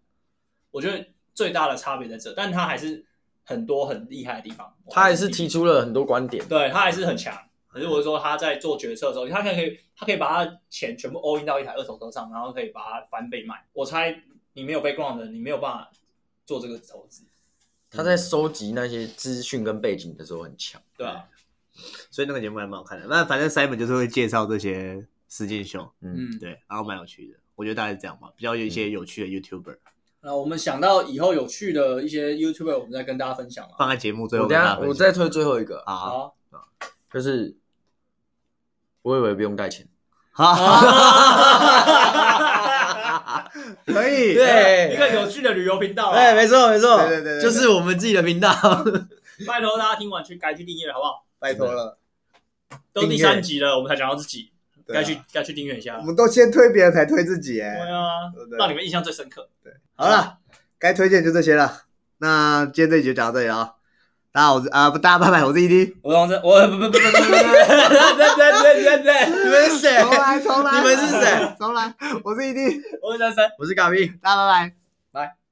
Speaker 3: 我觉得最大的差别在这，但他还是很多很厉害的地方。
Speaker 4: 他还是提出了很多观点。
Speaker 3: 对他还是很强。可是我说他在做决策的时候，他可以可以他可以把他钱全部 all in 到一台二手车上，然后可以把它翻倍卖。我猜你没有 background 的，你没有办法做这个投资，
Speaker 4: 他在收集那些资讯跟背景的时候很强。
Speaker 3: 对吧、
Speaker 2: 所以那个节目还蛮好看的。那反正 Simon 就是会介绍这些实境秀，
Speaker 4: 嗯，
Speaker 2: 对，然后蛮有趣的。我觉得大概是这样吧，比较有一些有趣的 YouTuber
Speaker 3: 那我们想到以后有趣的一些 YouTuber，我们再跟大家分享嘛。
Speaker 2: 放在节目最
Speaker 4: 我
Speaker 2: 后
Speaker 4: 等
Speaker 2: 跟大家
Speaker 4: 下
Speaker 2: 分享。
Speaker 4: 我再推最后一个，啊
Speaker 2: 好，
Speaker 3: 好，
Speaker 4: 就是我以为不用带钱，
Speaker 2: 好，可以，
Speaker 4: 对
Speaker 3: 一个有趣的旅游频道、啊，
Speaker 4: 哎，没错没错，
Speaker 2: 对对对对对
Speaker 4: 就是我们自己的频道，
Speaker 3: 拜托大家听完去该去订阅好不好？
Speaker 2: 拜托了，
Speaker 3: 都第
Speaker 4: 订阅
Speaker 3: 三集了，我们才讲到自己，
Speaker 2: 对啊
Speaker 3: 该去该去订阅一下
Speaker 2: 我。们都先推别人才推自己，
Speaker 3: 对
Speaker 2: 哎，
Speaker 3: 啊，
Speaker 2: 对不对
Speaker 3: 让你们印象最深刻。
Speaker 2: 好了，该推荐就这些了。那今天这集就讲到这里了啊，大家好我是啊，不，大家拜拜，我是 ED，
Speaker 3: 我当真，我不不不不不不不不不不不
Speaker 4: 你们是谁？ (laughs)
Speaker 2: 重来，重来，
Speaker 4: (laughs) 你们是谁？
Speaker 2: 重来，我是 E ED，
Speaker 3: 不，我是三三。
Speaker 4: 我是嘎比。
Speaker 2: 大家拜拜。